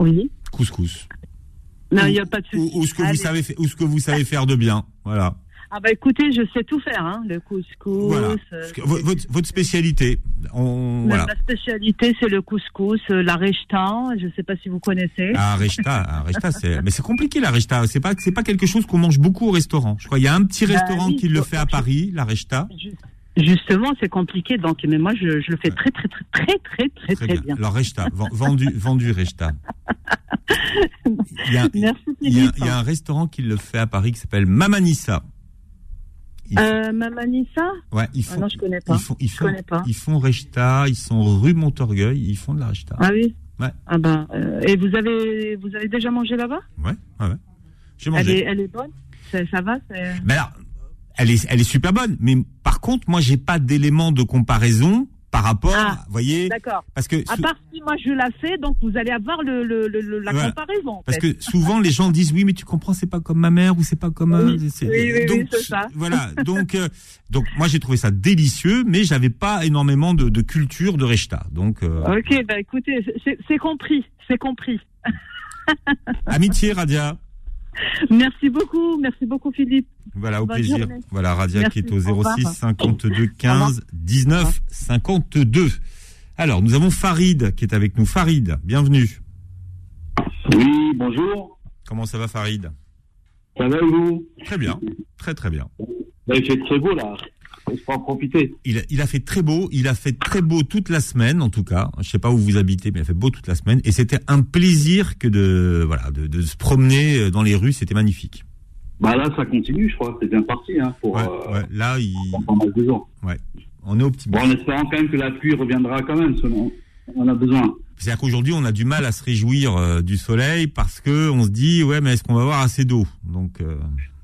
Speaker 13: oui.
Speaker 2: couscous.
Speaker 13: Non, il n'y a pas de
Speaker 2: Ou, ou ce que vous savez, fa- ou ce que vous savez faire de bien. Voilà.
Speaker 13: Ah bah écoutez, je sais tout faire, hein, le couscous.
Speaker 2: Voilà.
Speaker 13: euh,
Speaker 2: Parce que vo- votre, votre spécialité. On,
Speaker 13: même
Speaker 2: voilà.
Speaker 13: La spécialité, c'est le couscous, euh, la rechta, je ne sais pas si vous connaissez.
Speaker 2: Ah, rechta, ah, rechta, c'est, mais c'est compliqué la rechta. C'est pas, c'est pas quelque chose qu'on mange beaucoup au restaurant. Je crois il y a un petit
Speaker 13: Bah
Speaker 2: restaurant
Speaker 13: oui,
Speaker 2: qui le fait à Paris, la rechta.
Speaker 13: Justement, c'est compliqué, donc, mais moi, je, je le fais très, très, très, très, très, très, très bien.
Speaker 2: Alors rechta, ven- vendu, vendu rechta. Il y a,
Speaker 13: Merci,
Speaker 2: il y a-
Speaker 13: Philippe.
Speaker 2: il y a un restaurant qui le fait à Paris qui s'appelle Mamanissa.
Speaker 13: Euh, Mamanissa
Speaker 2: Ouais, ils
Speaker 13: Ah
Speaker 2: font,
Speaker 13: non, je connais pas.
Speaker 2: ils font, ils
Speaker 13: Je
Speaker 2: font,
Speaker 13: connais pas.
Speaker 2: ils font rechta, ils sont rue Montorgueil, ils font de la rechta.
Speaker 13: Ah oui
Speaker 2: Ouais.
Speaker 13: Ah ben, euh, et vous avez, vous avez déjà mangé là-bas
Speaker 2: Ouais, ouais, ouais. J'ai
Speaker 13: elle
Speaker 2: mangé.
Speaker 13: est, elle est bonne ça, ça va c'est-
Speaker 2: Mais alors, Ben elle est, elle est super bonne. Mais par contre, moi, j'ai pas d'éléments de comparaison par rapport, vous voyez,
Speaker 13: Ah, D'accord.
Speaker 2: parce que
Speaker 13: À
Speaker 2: sou-
Speaker 13: part si moi je la fais, donc vous allez avoir le, le- le- le- la
Speaker 2: Voilà.
Speaker 13: comparaison. en
Speaker 2: parce
Speaker 13: fait.
Speaker 2: que souvent les gens disent oui, mais tu comprends, c'est pas comme ma mère ou c'est pas comme. euh,
Speaker 13: Oui,
Speaker 2: c'est-
Speaker 13: oui, oui,
Speaker 2: donc,
Speaker 13: oui, c'est ça.
Speaker 2: voilà. Donc, euh, donc moi, j'ai trouvé ça délicieux, mais j'avais pas énormément de, de culture de rechta. Donc, euh,
Speaker 13: Ok, bah écoutez, c'est- c'est- c'est compris, c'est compris.
Speaker 2: amitié, Radia.
Speaker 13: Merci beaucoup, merci beaucoup Philippe.
Speaker 2: Voilà, au
Speaker 13: Bonne
Speaker 2: plaisir.
Speaker 13: journée.
Speaker 2: Voilà, Radia
Speaker 13: Merci,
Speaker 2: qui est au
Speaker 13: au revoir.
Speaker 2: 06 52
Speaker 13: Au revoir.
Speaker 2: 15 19 52. Alors, nous avons Farid qui est avec nous. Farid, bienvenue.
Speaker 14: Oui, bonjour.
Speaker 2: Comment ça va, Farid
Speaker 14: Ça va, vous
Speaker 2: Très bien, très très bien.
Speaker 14: Il fait très beau, là. Il faut en profiter.
Speaker 2: Il, a- il a fait très beau, il a fait très beau toute la semaine, en tout cas. Je sais pas où vous habitez, mais il a fait beau toute la semaine. Et c'était un plaisir que de, voilà, de, de se promener dans les rues, c'était magnifique.
Speaker 14: Bah là, ça continue, je crois. C'est bien parti, hein, pour...
Speaker 2: Ouais,
Speaker 14: euh,
Speaker 2: ouais, là, il...
Speaker 14: pour pas mal de jours.
Speaker 2: Ouais. On est au petit
Speaker 14: Bon, en espérant quand même que la pluie reviendra quand même, selon... On a besoin.
Speaker 2: C'est-à-dire qu'aujourd'hui, on a du mal à se réjouir euh, du soleil parce que on se dit, ouais, mais est-ce qu'on va avoir assez d'eau Donc euh,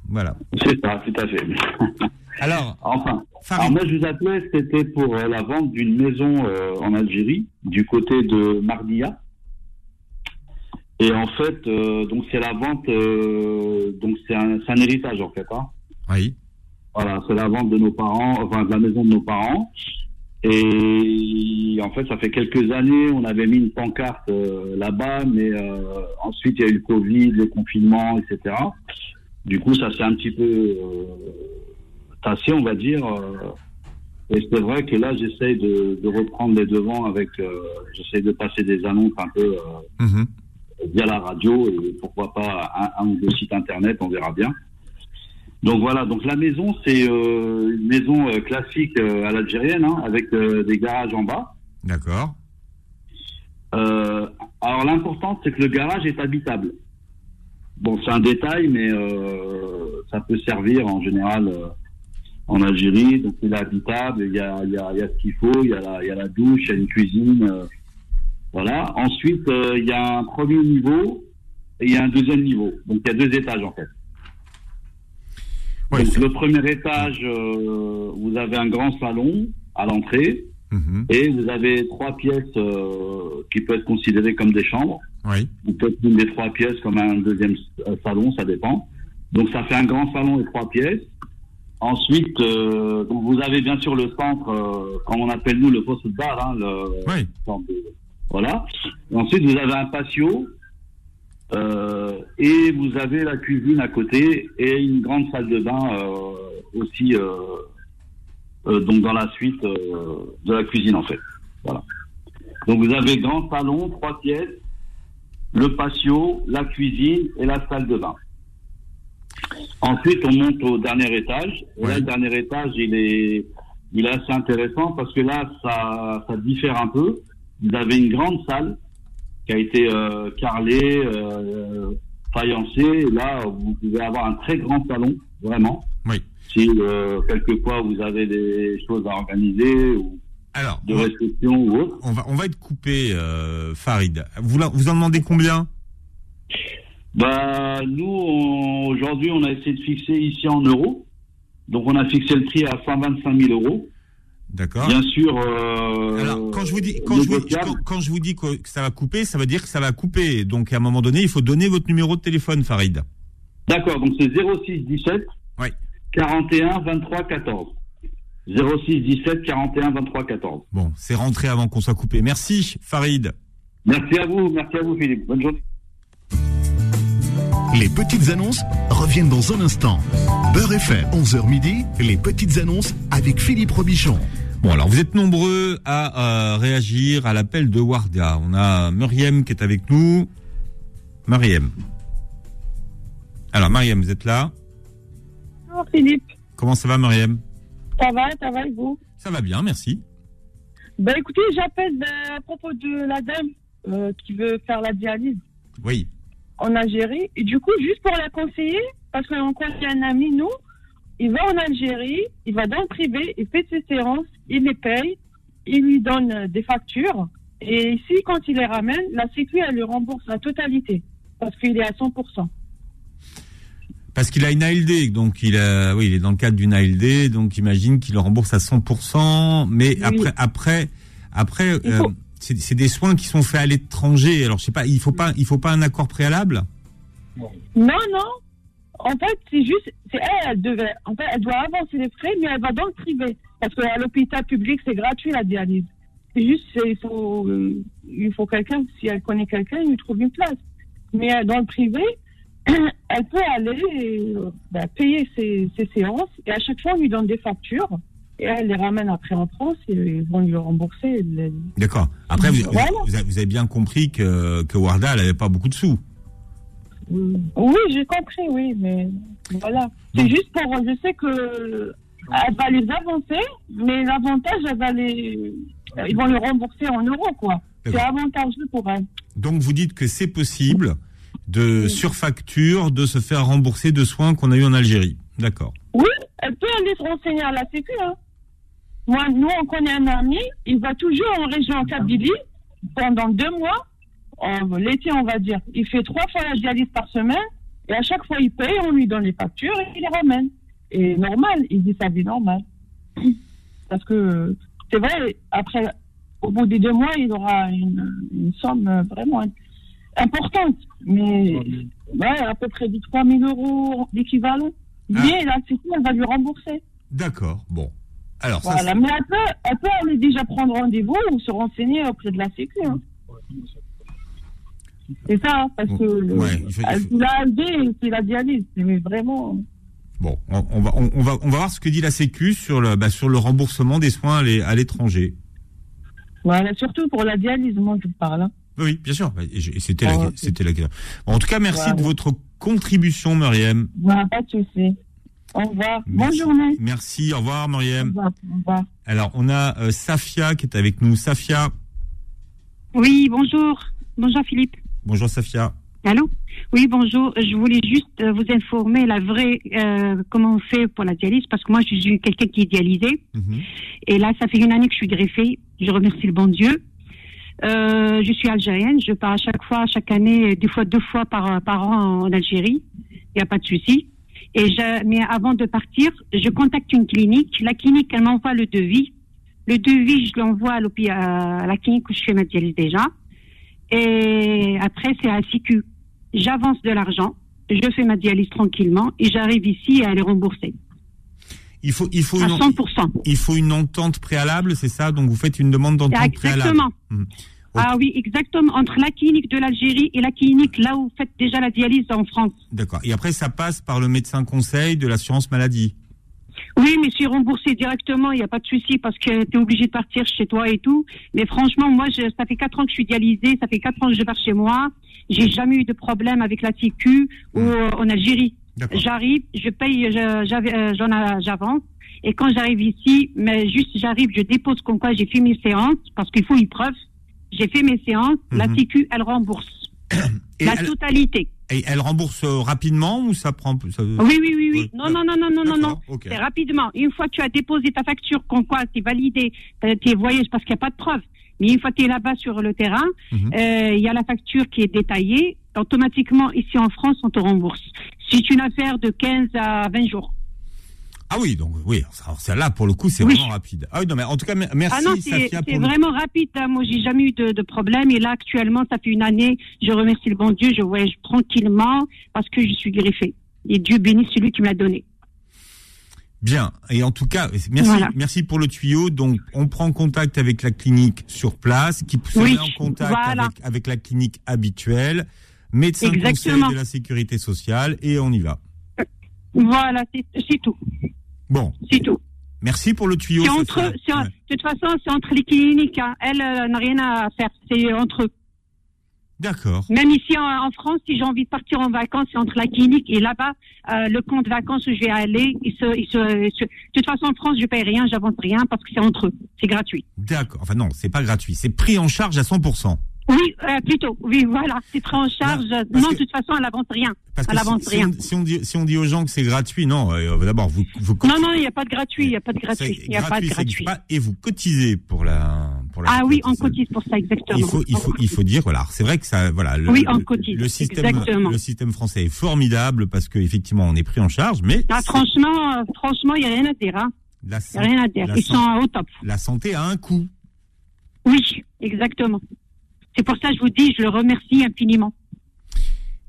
Speaker 2: voilà.
Speaker 14: C'est ça, tout à fait.
Speaker 2: Alors,
Speaker 14: enfin, alors moi je vous appelais, c'était pour euh, la vente d'une maison euh, en Algérie, du côté de Mardia. Et en fait, euh, donc c'est la vente, euh, donc c'est un, c'est un héritage en fait. Hein.
Speaker 2: Oui.
Speaker 14: Voilà, c'est la vente de nos parents, enfin de la maison de nos parents. Et en fait, ça fait quelques années, on avait mis une pancarte euh, là-bas, mais euh, ensuite il y a eu le Covid, le confinement, etc. Du coup, ça s'est un petit peu euh, tassé, on va dire. euh, et c'est vrai que là, j'essaye de, de reprendre les devants avec. euh, j'essaye de passer des annonces un peu euh,
Speaker 2: Mhm.
Speaker 14: via la radio et pourquoi pas un, un ou deux sites internet, on verra bien. Donc voilà, donc la maison, c'est euh, une maison euh, classique euh, à l'algérienne, hein, avec euh, des garages en bas.
Speaker 2: D'accord.
Speaker 14: Euh, alors l'important, c'est que le garage est habitable. Bon, c'est un détail, mais euh, ça peut servir en général euh, en Algérie. Donc il est habitable, il y a, il y a- il y a ce qu'il faut, il y, a la, il y a la douche, il y a une cuisine. euh, voilà. Ensuite, euh, il y a un premier niveau et il y a un deuxième niveau. Donc il y a deux étages en fait. Donc, le premier étage, euh, vous avez un grand salon à l'entrée et vous avez trois pièces euh, qui peuvent être considérées comme des chambres
Speaker 2: Oui.
Speaker 14: ou peut-être une des trois pièces comme un deuxième euh, salon, ça dépend. Donc ça fait un grand salon et trois pièces. Ensuite, euh, donc vous avez bien sûr le centre, euh, comme on appelle nous le poste bar, hein, le centre de- voilà. Et ensuite, vous avez un patio euh, et vous avez la cuisine à côté et une grande salle de bain euh, aussi, euh, euh, donc dans la suite euh, de la cuisine en fait. Voilà. Donc vous avez grand salon, trois pièces le patio, la cuisine et la salle de bain. Ensuite, on monte au dernier étage. Et là, le dernier étage, il est, il est assez intéressant parce que là, ça, ça diffère un peu. Vous avez une grande salle qui a été euh, carrelée, euh, faïencée. Et là, vous pouvez avoir un très grand salon, vraiment.
Speaker 2: Oui.
Speaker 14: Si euh, quelquefois vous avez des choses à organiser ou
Speaker 2: Alors,
Speaker 14: de réception ou autre.
Speaker 2: On va, on va être coupé, euh, Farid. Vous, la- vous en demandez combien
Speaker 14: Bah, nous, on- aujourd'hui, on a essayé de fixer ici en euros. Donc, on a fixé le prix à 125 000 euros.
Speaker 2: D'accord.
Speaker 14: Bien sûr. euh,
Speaker 2: Alors, quand je vous dis, quand je vous, quand, quand je vous dis que, que ça va couper, ça veut dire que ça va couper. Donc, à un moment donné, il faut donner votre numéro de téléphone, Farid.
Speaker 14: D'accord, donc c'est 06 17
Speaker 2: Oui.
Speaker 14: 41 23 14. 06 17 41 23 14.
Speaker 2: Bon, c'est rentré avant qu'on soit coupé. Merci, Farid.
Speaker 14: Merci à vous, merci à vous, Philippe. Bonne journée.
Speaker 1: Les petites annonces reviennent dans un instant. Beurre FM, 11h midi, les petites annonces avec Philippe Robichon.
Speaker 2: Bon, alors vous êtes nombreux à euh, réagir à l'appel de Warda. On a Muriem qui est avec nous. Muriem. Alors, Muriem, vous êtes là
Speaker 15: Bonjour Philippe,
Speaker 2: Comment ça va, Muriem
Speaker 15: ça va, ça va et vous
Speaker 2: Ça va bien, merci.
Speaker 15: Ben écoutez, j'appelle euh, à propos de la dame euh, qui veut faire la dialyse
Speaker 2: Oui.
Speaker 15: en Algérie. Et du coup, juste pour la conseiller, parce qu'on connaît un ami, nous, il va en Algérie, il va dans le privé, il fait ses séances, il les paye, il lui donne euh, des factures. Et ici, quand il les ramène, la Sécu, elle lui rembourse la totalité, parce qu'il est à 100%.
Speaker 2: Parce qu'il a une ALD, donc il a, oui, il est dans le cadre d'une ALD, donc imagine qu'il le rembourse à 100%, mais après, après, après, euh, c'est c'est des soins qui sont faits à l'étranger. Alors je sais pas, il faut pas, il faut pas un accord préalable.
Speaker 15: Non, non. En fait, c'est juste, c'est elle, elle devait, en fait, elle doit avancer les frais, mais elle va dans le privé. Parce qu'à l'hôpital public, c'est gratuit la dialyse. C'est juste, c'est- il faut, euh, il faut quelqu'un, si elle connaît quelqu'un, il lui trouve une place. Mais euh, dans le privé, elle peut aller euh, bah, payer ses, ses séances et à chaque fois, on lui donne des factures et elle les ramène après en France et ils vont lui rembourser. les-
Speaker 2: D'accord. Après, vous, vous-
Speaker 15: Voilà.
Speaker 2: vous avez- vous avez bien compris que, que Warda, elle n'avait pas beaucoup de sous.
Speaker 15: Oui, j'ai compris, oui, mais voilà. C'est juste pour. Je sais que elle va les avancer, mais l'avantage, elle va les. Ils vont les rembourser en euros, quoi. C'est avantageux pour elle.
Speaker 2: Donc vous dites que c'est possible de, sur facture, de se faire rembourser de soins qu'on a eu en Algérie. D'accord.
Speaker 15: Oui, elle peut aller se renseigner à la Sécu. hein. Moi, nous, on connaît un ami, il va toujours en région en Kabylie pendant deux mois, en- l'été, on va dire. Il fait trois fois la dialyse par semaine, et à chaque fois, il paye, on lui donne les factures et il les ramène. Et normal, il dit sa vie normale. Parce que euh, c'est vrai, après, au bout des deux mois, il aura une, une somme euh, vraiment importante, mais ouais, à peu près de 3 000 euros d'équivalent.
Speaker 2: Ah.
Speaker 15: Mais la Sécu, elle va lui rembourser.
Speaker 2: D'accord. Bon. Alors ça,
Speaker 15: Voilà.
Speaker 2: c'est-
Speaker 15: Mais elle peut, elle peut aller déjà prendre rendez-vous ou se renseigner auprès de la Sécu. hein. C'est ça, parce que le-
Speaker 2: Ouais, il faut- il
Speaker 15: elle
Speaker 2: faut-
Speaker 15: l'a enlevé et c'est la dialyse. Mais vraiment.
Speaker 2: bon, on, on va, on, on va, on va voir ce que dit la Sécu sur le, bah, sur le remboursement des soins à l'é- à l'étranger.
Speaker 15: Voilà, surtout pour la dialyse, moi je parle. hein.
Speaker 2: Oui, bien sûr. Et je- et C'était
Speaker 16: Ah,
Speaker 2: la, c'était la question. Bon, en tout cas, merci de votre contribution, Muriel.
Speaker 15: Voilà, pas de souci. Au revoir. Bonne journée.
Speaker 2: Merci. Au revoir,
Speaker 15: Au
Speaker 2: Muriel.
Speaker 15: revoir. Au revoir.
Speaker 2: Alors, on a euh, Safia qui est avec nous. Safia.
Speaker 16: Oui, bonjour. Bonjour Philippe.
Speaker 2: Bonjour, Safia.
Speaker 16: Allô Oui, bonjour. Je voulais juste euh, vous informer la vraie euh, comment on fait pour la dialyse parce que moi je suis quelqu'un qui est dialysé
Speaker 2: Mhm.
Speaker 16: et là ça fait une année que je suis greffée. Je remercie le bon Dieu. Euh, je suis algérienne. Je pars à chaque fois, chaque année, des fois deux fois par, par an en Algérie. Il n'y a pas de souci. Et je, mais avant de partir, je contacte une clinique. La clinique, elle m'envoie le devis. Le devis, je l'envoie à, l'hôpi- à la clinique où je fais ma dialyse déjà. Et après, c'est à CQ. J'avance de l'argent, je fais ma dialyse tranquillement et j'arrive ici et elle est remboursée.
Speaker 2: Il faut, il faut
Speaker 16: À
Speaker 2: une, en-
Speaker 16: 100%.
Speaker 2: il faut une entente préalable, c'est ça Donc, vous faites une demande d'entente préalable. Hum.
Speaker 16: Exactement. Ah oui, exactement. Entre la clinique de l'Algérie et la clinique là où vous faites déjà la dialyse en France.
Speaker 2: D'accord. Et après, ça passe par le médecin conseil de l'assurance maladie.
Speaker 16: Oui, mais je suis remboursée directement, il n'y a pas de souci parce que tu es obligé de partir chez toi et tout. Mais franchement, moi, je, ça fait quatre ans que je suis dialysée, ça fait quatre ans que je pars chez moi.
Speaker 2: Mhm.
Speaker 16: J'ai jamais eu de problème avec la Sécu ou euh, en Algérie. J'arrive, je paye, je- j'avais- euh, j'en a- j'avance. Et quand j'arrive ici, mais juste j'arrive, je dépose comme quoi j'ai fait mes séances parce qu'il faut une preuve. J'ai fait mes séances, la
Speaker 2: Mhm.
Speaker 16: Sécu, elle rembourse. la
Speaker 2: elle-
Speaker 16: totalité.
Speaker 2: Et elle rembourse euh, rapidement ou ça prend ça-
Speaker 16: Oui, oui, oui, oui. Non, non, non, non, non, non, non.
Speaker 2: Euh, ok.
Speaker 16: C'est rapidement. Une fois que tu as déposé ta facture, comme quoi tu es validé euh, tes voyages parce qu'il n'y a pas de preuve. Mais une fois que tu es là-bas sur le terrain, euh,
Speaker 2: Mhm.
Speaker 16: il y a la facture qui est détaillée. Automatiquement, ici en France, on te rembourse. C'est une affaire de 15 à 20 jours.
Speaker 2: Ah oui, donc oui, ça, ça, là pour le coup c'est vraiment rapide. Ah oui, non mais en tout cas me- merci
Speaker 16: ah non, c'est
Speaker 2: Safia
Speaker 16: c'est
Speaker 2: pour le-
Speaker 16: vraiment rapide. hein. Moi, j'ai jamais eu de, de problème. Et là, actuellement, ça fait une année. Je remercie le bon Dieu. Je voyage tranquillement parce que je suis griffée. Et Dieu bénisse celui qui me l'a donné.
Speaker 2: Bien. Et en tout cas, merci,
Speaker 16: Voilà.
Speaker 2: merci pour le tuyau. Donc, on prend contact avec la clinique sur place, qui se
Speaker 16: Oui,
Speaker 2: met en contact
Speaker 16: voilà.
Speaker 2: avec, avec la clinique habituelle. médecin conseiller
Speaker 16: Exactement.
Speaker 2: de la sécurité sociale et on y va.
Speaker 16: Voilà, c'est c'est tout.
Speaker 2: Bon.
Speaker 16: C'est tout.
Speaker 2: Merci pour le tuyau.
Speaker 16: C'est
Speaker 2: ça
Speaker 16: entre
Speaker 2: fait-
Speaker 16: eux. c'est- De toute façon, c'est entre les cliniques. hein. Elles euh, n'ont rien à faire. C'est entre eux.
Speaker 2: D'accord.
Speaker 16: Même ici en, en France, si j'ai envie de partir en vacances, c'est entre la clinique et là-bas, euh, le camp de vacances où je vais aller. ils se- ils se- ils se- De toute façon, en France, je paye rien, j'avance rien parce que c'est entre eux. C'est gratuit.
Speaker 2: D'accord. Enfin non, c'est pas gratuit. C'est pris en charge à 100%.
Speaker 16: Oui, euh, plutôt. Oui, voilà. C'est pris en charge. non, de toute façon, elle n'avance rien.
Speaker 2: Parce
Speaker 16: elle
Speaker 2: que
Speaker 16: n'avance
Speaker 2: si, si
Speaker 16: rien.
Speaker 2: on, si on dit, si on dit aux gens que c'est gratuit, non. euh, D'abord, vous, vous
Speaker 16: Non, non, il n'y a pas de gratuit. Il n'y a pas de gratuit.
Speaker 2: c'est
Speaker 16: Il n'y a pas de
Speaker 2: c'est
Speaker 16: gratuit.
Speaker 2: pas- et vous cotisez pour la. Pour la
Speaker 16: Ah oui, on cotise pour ça, exactement.
Speaker 2: il faut, il faut, il faut dire, voilà, c'est vrai que ça, voilà, le,
Speaker 16: Oui, on
Speaker 2: le-
Speaker 16: cotise,
Speaker 2: le système,
Speaker 16: exactement.
Speaker 2: le système français est formidable parce que effectivement, on est pris en charge, mais
Speaker 16: Ah, franchement, euh, franchement, il n'y a rien à dire. hein.
Speaker 2: la,
Speaker 16: Il n'y a rien à dire.
Speaker 2: la
Speaker 16: Ils
Speaker 2: san-
Speaker 16: sont au top.
Speaker 2: la santé a un coût.
Speaker 16: Oui, exactement. C'est pour ça que je vous dis, je le remercie infiniment.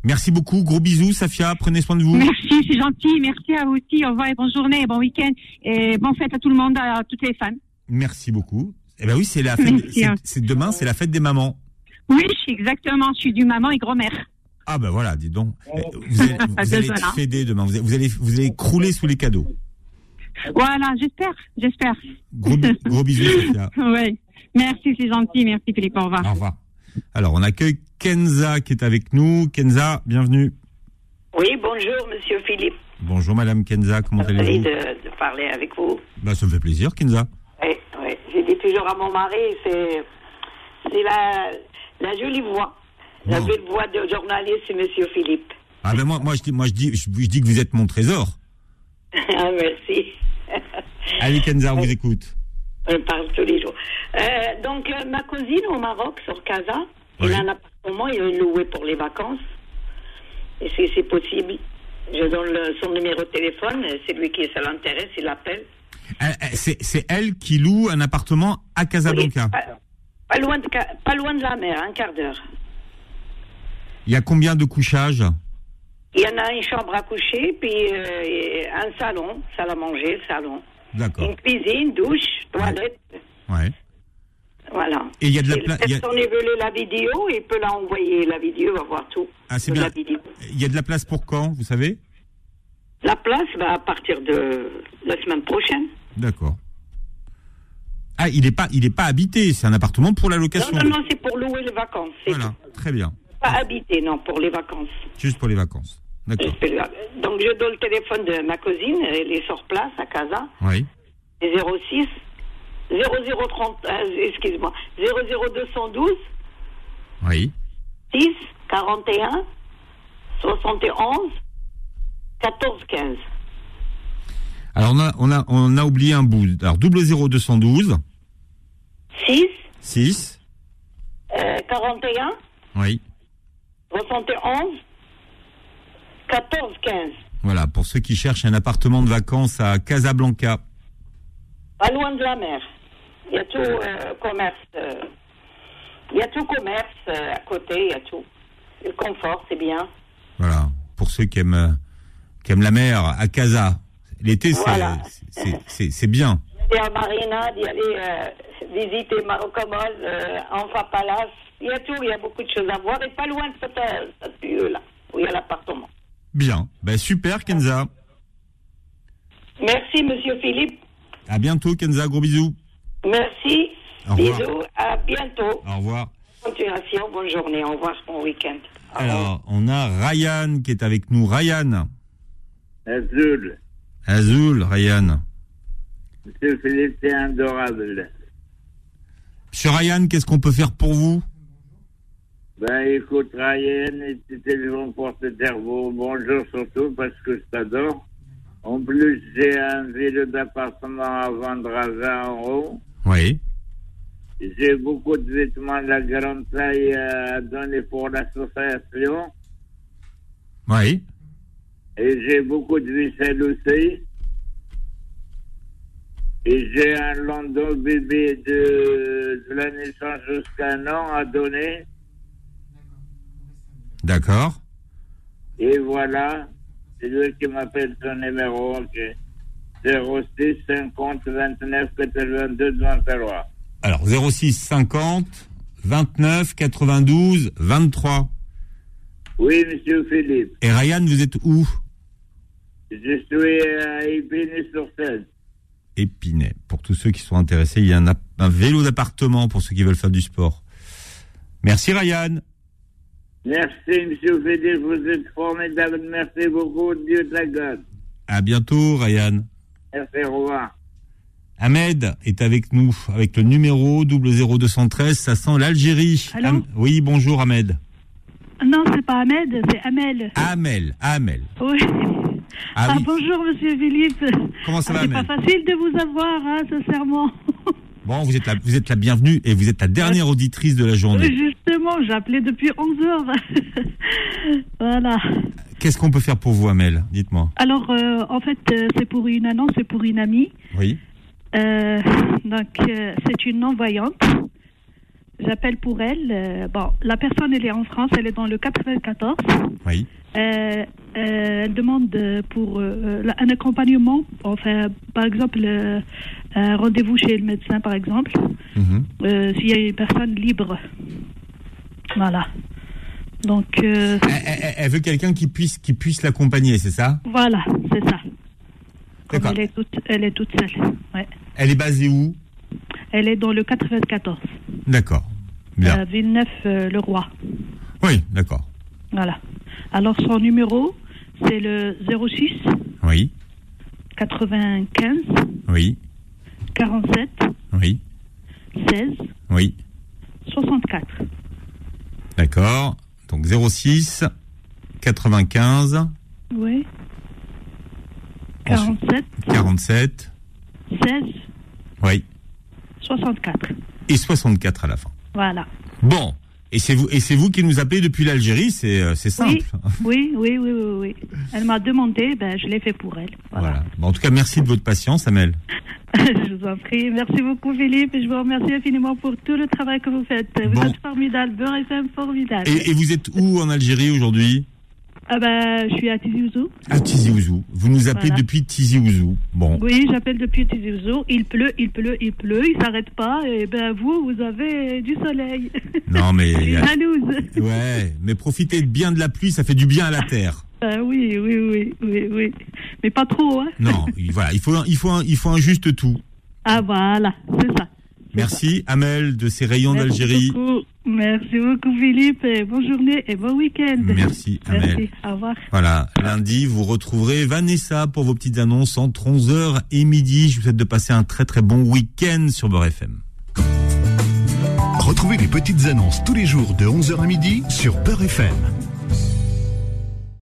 Speaker 2: Merci beaucoup, gros bisous, Safia, prenez soin de vous.
Speaker 16: Merci, c'est gentil. Merci à vous aussi. Au revoir et bonne journée, bon week-end et bonne fête à tout le monde, à toutes les femmes.
Speaker 2: Merci beaucoup. Eh ben oui, c'est la fête,
Speaker 16: Merci,
Speaker 2: c'est-
Speaker 16: hein.
Speaker 2: c'est demain, c'est la fête des mamans.
Speaker 16: Oui, exactement. Je suis du maman et grand-mère.
Speaker 2: Ah ben voilà, dis donc, Eh, vous allez, vous allez
Speaker 16: Désolé,
Speaker 2: être
Speaker 16: hein.
Speaker 2: fédés demain, vous allez, vous allez, vous allez crouler sous les cadeaux.
Speaker 16: Voilà, j'espère, j'espère.
Speaker 2: Gros, bi- gros bisous, Safia.
Speaker 16: oui. Merci, c'est gentil. Merci Philippe. Au revoir.
Speaker 2: Au revoir. Alors, on accueille Kenza qui est avec nous. Kenza, bienvenue.
Speaker 17: Oui, bonjour, monsieur Philippe.
Speaker 2: Bonjour, madame Kenza, comment
Speaker 17: Ravi
Speaker 2: allez-vous
Speaker 17: de, de parler avec vous.
Speaker 2: Bah, ça me fait plaisir, Kenza.
Speaker 17: Oui, oui. J'ai dit toujours à mon mari, c'est c'est la, la jolie voix. La
Speaker 2: Bon.
Speaker 17: belle voix de journaliste, c'est monsieur Philippe.
Speaker 2: Ah ben moi, moi, je dis, moi je, dis, je, je dis que vous êtes mon trésor.
Speaker 17: Ah, Merci.
Speaker 2: Allez, Kenza, on vous écoute.
Speaker 17: On parle tous les jours. Euh, donc, euh, ma cousine au Maroc, sur Casa, elle a un appartement, il est loué pour les vacances. Et si c'est possible, je donne le- son numéro de téléphone, c'est lui qui ça l'intéresse, il appelle.
Speaker 2: Elle- elle- C'est c'est elle qui loue un appartement à Casablanca.
Speaker 17: Pas, pas loin de, Ca- pas loin de la mer, un quart d'heure.
Speaker 2: Il y a combien de couchages
Speaker 17: Il y en a une chambre à coucher, puis euh, et un salon, salle à manger, salon.
Speaker 2: D'accord.
Speaker 17: Une cuisine, douche, toilette,
Speaker 2: Ouais.
Speaker 17: voilà.
Speaker 2: Et il y a de la
Speaker 17: Si
Speaker 2: pla- il y a-
Speaker 17: personne veut la vidéo, il peut la envoyer, la vidéo, il va voir tout.
Speaker 2: Ah, c'est
Speaker 17: de
Speaker 2: bien.
Speaker 17: La, vidéo.
Speaker 2: Il y a de la place pour quand, vous savez
Speaker 17: La place va à partir de la semaine prochaine.
Speaker 2: D'accord. Ah, il n'est pas, il est pas habité, c'est un appartement pour la
Speaker 17: Non,
Speaker 2: location.
Speaker 17: non, non, c'est pour louer les vacances. C'est
Speaker 2: Voilà, très bien.
Speaker 17: pas habité, non, pour les vacances.
Speaker 2: Juste pour les vacances. D'accord.
Speaker 17: Donc, je donne le téléphone de ma cousine, elle est sur place, à Casa.
Speaker 2: Oui.
Speaker 17: C'est 06 0030, euh, excuse-moi, 00212
Speaker 2: Oui.
Speaker 17: 10 41 71 14 15.
Speaker 2: Alors on a, on a, on a oublié un bout. Alors 00212
Speaker 17: 6
Speaker 2: 6.
Speaker 17: euh, 41
Speaker 2: Oui.
Speaker 17: 71 14 15.
Speaker 2: Voilà, pour ceux qui cherchent un appartement de vacances à Casablanca.
Speaker 17: Pas loin de la mer. Il y a tout euh, commerce. euh, il y a tout commerce euh, à côté, il y a tout. Le confort, c'est bien.
Speaker 2: Voilà, pour ceux qui aiment, euh, qui aiment la mer à Casa. L'été, c'est
Speaker 17: Voilà.
Speaker 2: c'est- c'est- c'est bien.
Speaker 17: Et à Marina, d'y aller euh, visiter Marocomol, euh, Anfa Palace. Il y a tout, il y a beaucoup de choses à voir. Et pas loin de cette, euh, cette lieu-là, où il y a l'appartement.
Speaker 2: Bien. Ben, super, Kenza.
Speaker 17: Merci, monsieur Philippe.
Speaker 2: À bientôt, Kenza. Gros bisous.
Speaker 17: Merci.
Speaker 2: Au revoir.
Speaker 17: Bisous. À bientôt.
Speaker 2: Au revoir.
Speaker 17: Continuation. Bonne journée. Au revoir. Bon week-end.
Speaker 2: Alors, on a Ryan qui est avec nous. Ryan.
Speaker 9: Azul,
Speaker 2: Azul, Ryan.
Speaker 9: monsieur Philippe, c'est adorable.
Speaker 2: Monsieur Ryan, qu'est-ce qu'on peut faire pour vous
Speaker 9: Ben écoute, Ryan, et tu t'es le bon porte-cerveau. Bonjour surtout parce que je t'adore. En plus, j'ai un vélo d'appartement à vendre à 20 euros.
Speaker 2: Oui.
Speaker 9: J'ai beaucoup de vêtements de la grande taille euh, à donner pour l'association.
Speaker 2: Oui.
Speaker 9: Et j'ai beaucoup de vaisselle aussi. Et j'ai un landau bébé de, de la naissance jusqu'à un an à donner.
Speaker 2: D'accord.
Speaker 9: Et voilà, c'est lui qui m'appelle son numéro. ok. 06 50 29 82 23.
Speaker 2: Alors 06 50 29 92 23.
Speaker 9: Oui, monsieur Philippe.
Speaker 2: Et Ryan, vous êtes où
Speaker 9: Je suis à Épinay-sur-Seine.
Speaker 2: Épinay. Pour tous ceux qui sont intéressés, il y a un, app- un vélo d'appartement pour ceux qui veulent faire du sport. Merci Ryan.
Speaker 9: Merci, monsieur Philippe. Vous êtes formidable. Merci beaucoup. Dieu de la garde.
Speaker 2: À bientôt Ryan.
Speaker 9: Merci, au revoir.
Speaker 2: Ahmed est avec nous avec le numéro 00213. Ça sent l'Algérie.
Speaker 18: Allô
Speaker 2: Am- oui, bonjour Ahmed.
Speaker 18: Non, c'est pas Ahmed, c'est Amel.
Speaker 2: Amel, Amel.
Speaker 18: Oui.
Speaker 2: Ah oui.
Speaker 18: bonjour, monsieur Philippe.
Speaker 2: Comment ça
Speaker 18: Ah,
Speaker 2: va,
Speaker 18: C'est pas
Speaker 2: Amel
Speaker 18: facile de vous avoir, hein, sincèrement.
Speaker 2: Bon, vous êtes la, vous êtes la bienvenue et vous êtes la dernière auditrice de la journée.
Speaker 18: Justement, j'appelais depuis 11 heures. voilà.
Speaker 2: Qu'est-ce qu'on peut faire pour vous, Amel Dites-moi.
Speaker 18: Alors, euh, en fait, euh, c'est pour une annonce, c'est pour une amie.
Speaker 2: Oui.
Speaker 18: Euh, donc, euh, c'est une non-voyante. J'appelle pour elle. Euh, bon, la personne, elle est en France, elle est dans le 94.
Speaker 2: Oui.
Speaker 18: Euh, euh, elle demande euh, pour euh, la- un accompagnement, enfin, par exemple, euh, un rendez-vous chez le médecin, par exemple,
Speaker 2: Mhm.
Speaker 18: Euh, s'il y a une personne libre. Voilà. Donc, euh,
Speaker 2: Elle, elle- elle veut quelqu'un qui puisse, qui puisse l'accompagner, c'est ça
Speaker 18: voilà, c'est ça. Comme
Speaker 2: D'accord.
Speaker 18: Elle est toute, elle est toute seule. Ouais.
Speaker 2: Elle est basée où
Speaker 18: Elle est dans le 94,
Speaker 2: D'accord. Bien.
Speaker 18: à Villeneuve-le-Roi.
Speaker 2: Oui, d'accord.
Speaker 18: euh, Voilà. Alors son numéro, c'est le 06
Speaker 2: Oui,
Speaker 18: 95
Speaker 2: oui,
Speaker 18: 47
Speaker 2: oui,
Speaker 18: 16
Speaker 2: oui.
Speaker 18: 64.
Speaker 2: D'accord. Donc 06 95
Speaker 18: Oui. 47
Speaker 2: 47
Speaker 18: 16
Speaker 2: oui,
Speaker 18: 64.
Speaker 2: et 64 à la fin.
Speaker 18: Voilà.
Speaker 2: Bon, et c'est vous, et c'est vous qui nous appelez depuis l'Algérie, c'est euh, c'est simple.
Speaker 18: Oui, oui, oui, oui, oui, oui. Elle m'a demandé, ben, je l'ai fait pour elle.
Speaker 2: Voilà. Bon, en tout cas, merci de votre patience, Amel.
Speaker 18: je vous en prie. Merci beaucoup, Philippe. et Je vous remercie infiniment pour tout le travail que vous faites. Vous
Speaker 2: Bon.
Speaker 18: êtes formidable. Beurre FM formidable.
Speaker 2: Et, et vous êtes où en Algérie aujourd'hui
Speaker 18: Ah ben, je suis à Tizi Ouzou.
Speaker 2: À Tizi Ouzou. Vous nous appelez
Speaker 18: Voilà.
Speaker 2: depuis Tizi Ouzou. Bon.
Speaker 18: Oui, j'appelle depuis Tizi Ouzou. Il pleut, il pleut, il pleut. Il s'arrête pas. Et ben, vous, vous avez du soleil.
Speaker 2: Non, mais.
Speaker 18: Je suis jalouse.
Speaker 2: Ouais, mais profitez bien de la pluie, ça fait du bien à la terre.
Speaker 18: Ah oui, oui, oui, oui, oui. Mais pas trop, hein.
Speaker 2: Non, il- voilà, il faut, un- il faut, un, il faut un juste tout.
Speaker 18: Ah voilà, c'est ça.
Speaker 2: Merci, Amel, de ces rayons
Speaker 18: Merci
Speaker 2: d'Algérie.
Speaker 18: beaucoup. Merci beaucoup, Philippe. Et bonne journée et bon week-end.
Speaker 2: Merci, Amel.
Speaker 18: Merci. Au revoir.
Speaker 2: Voilà, lundi, vous retrouverez Vanessa pour vos petites annonces entre 11h et midi. Je vous souhaite de passer un très très bon week-end sur Beurre FM.
Speaker 1: Retrouvez les petites annonces tous les jours de 11h à midi sur Peur FM.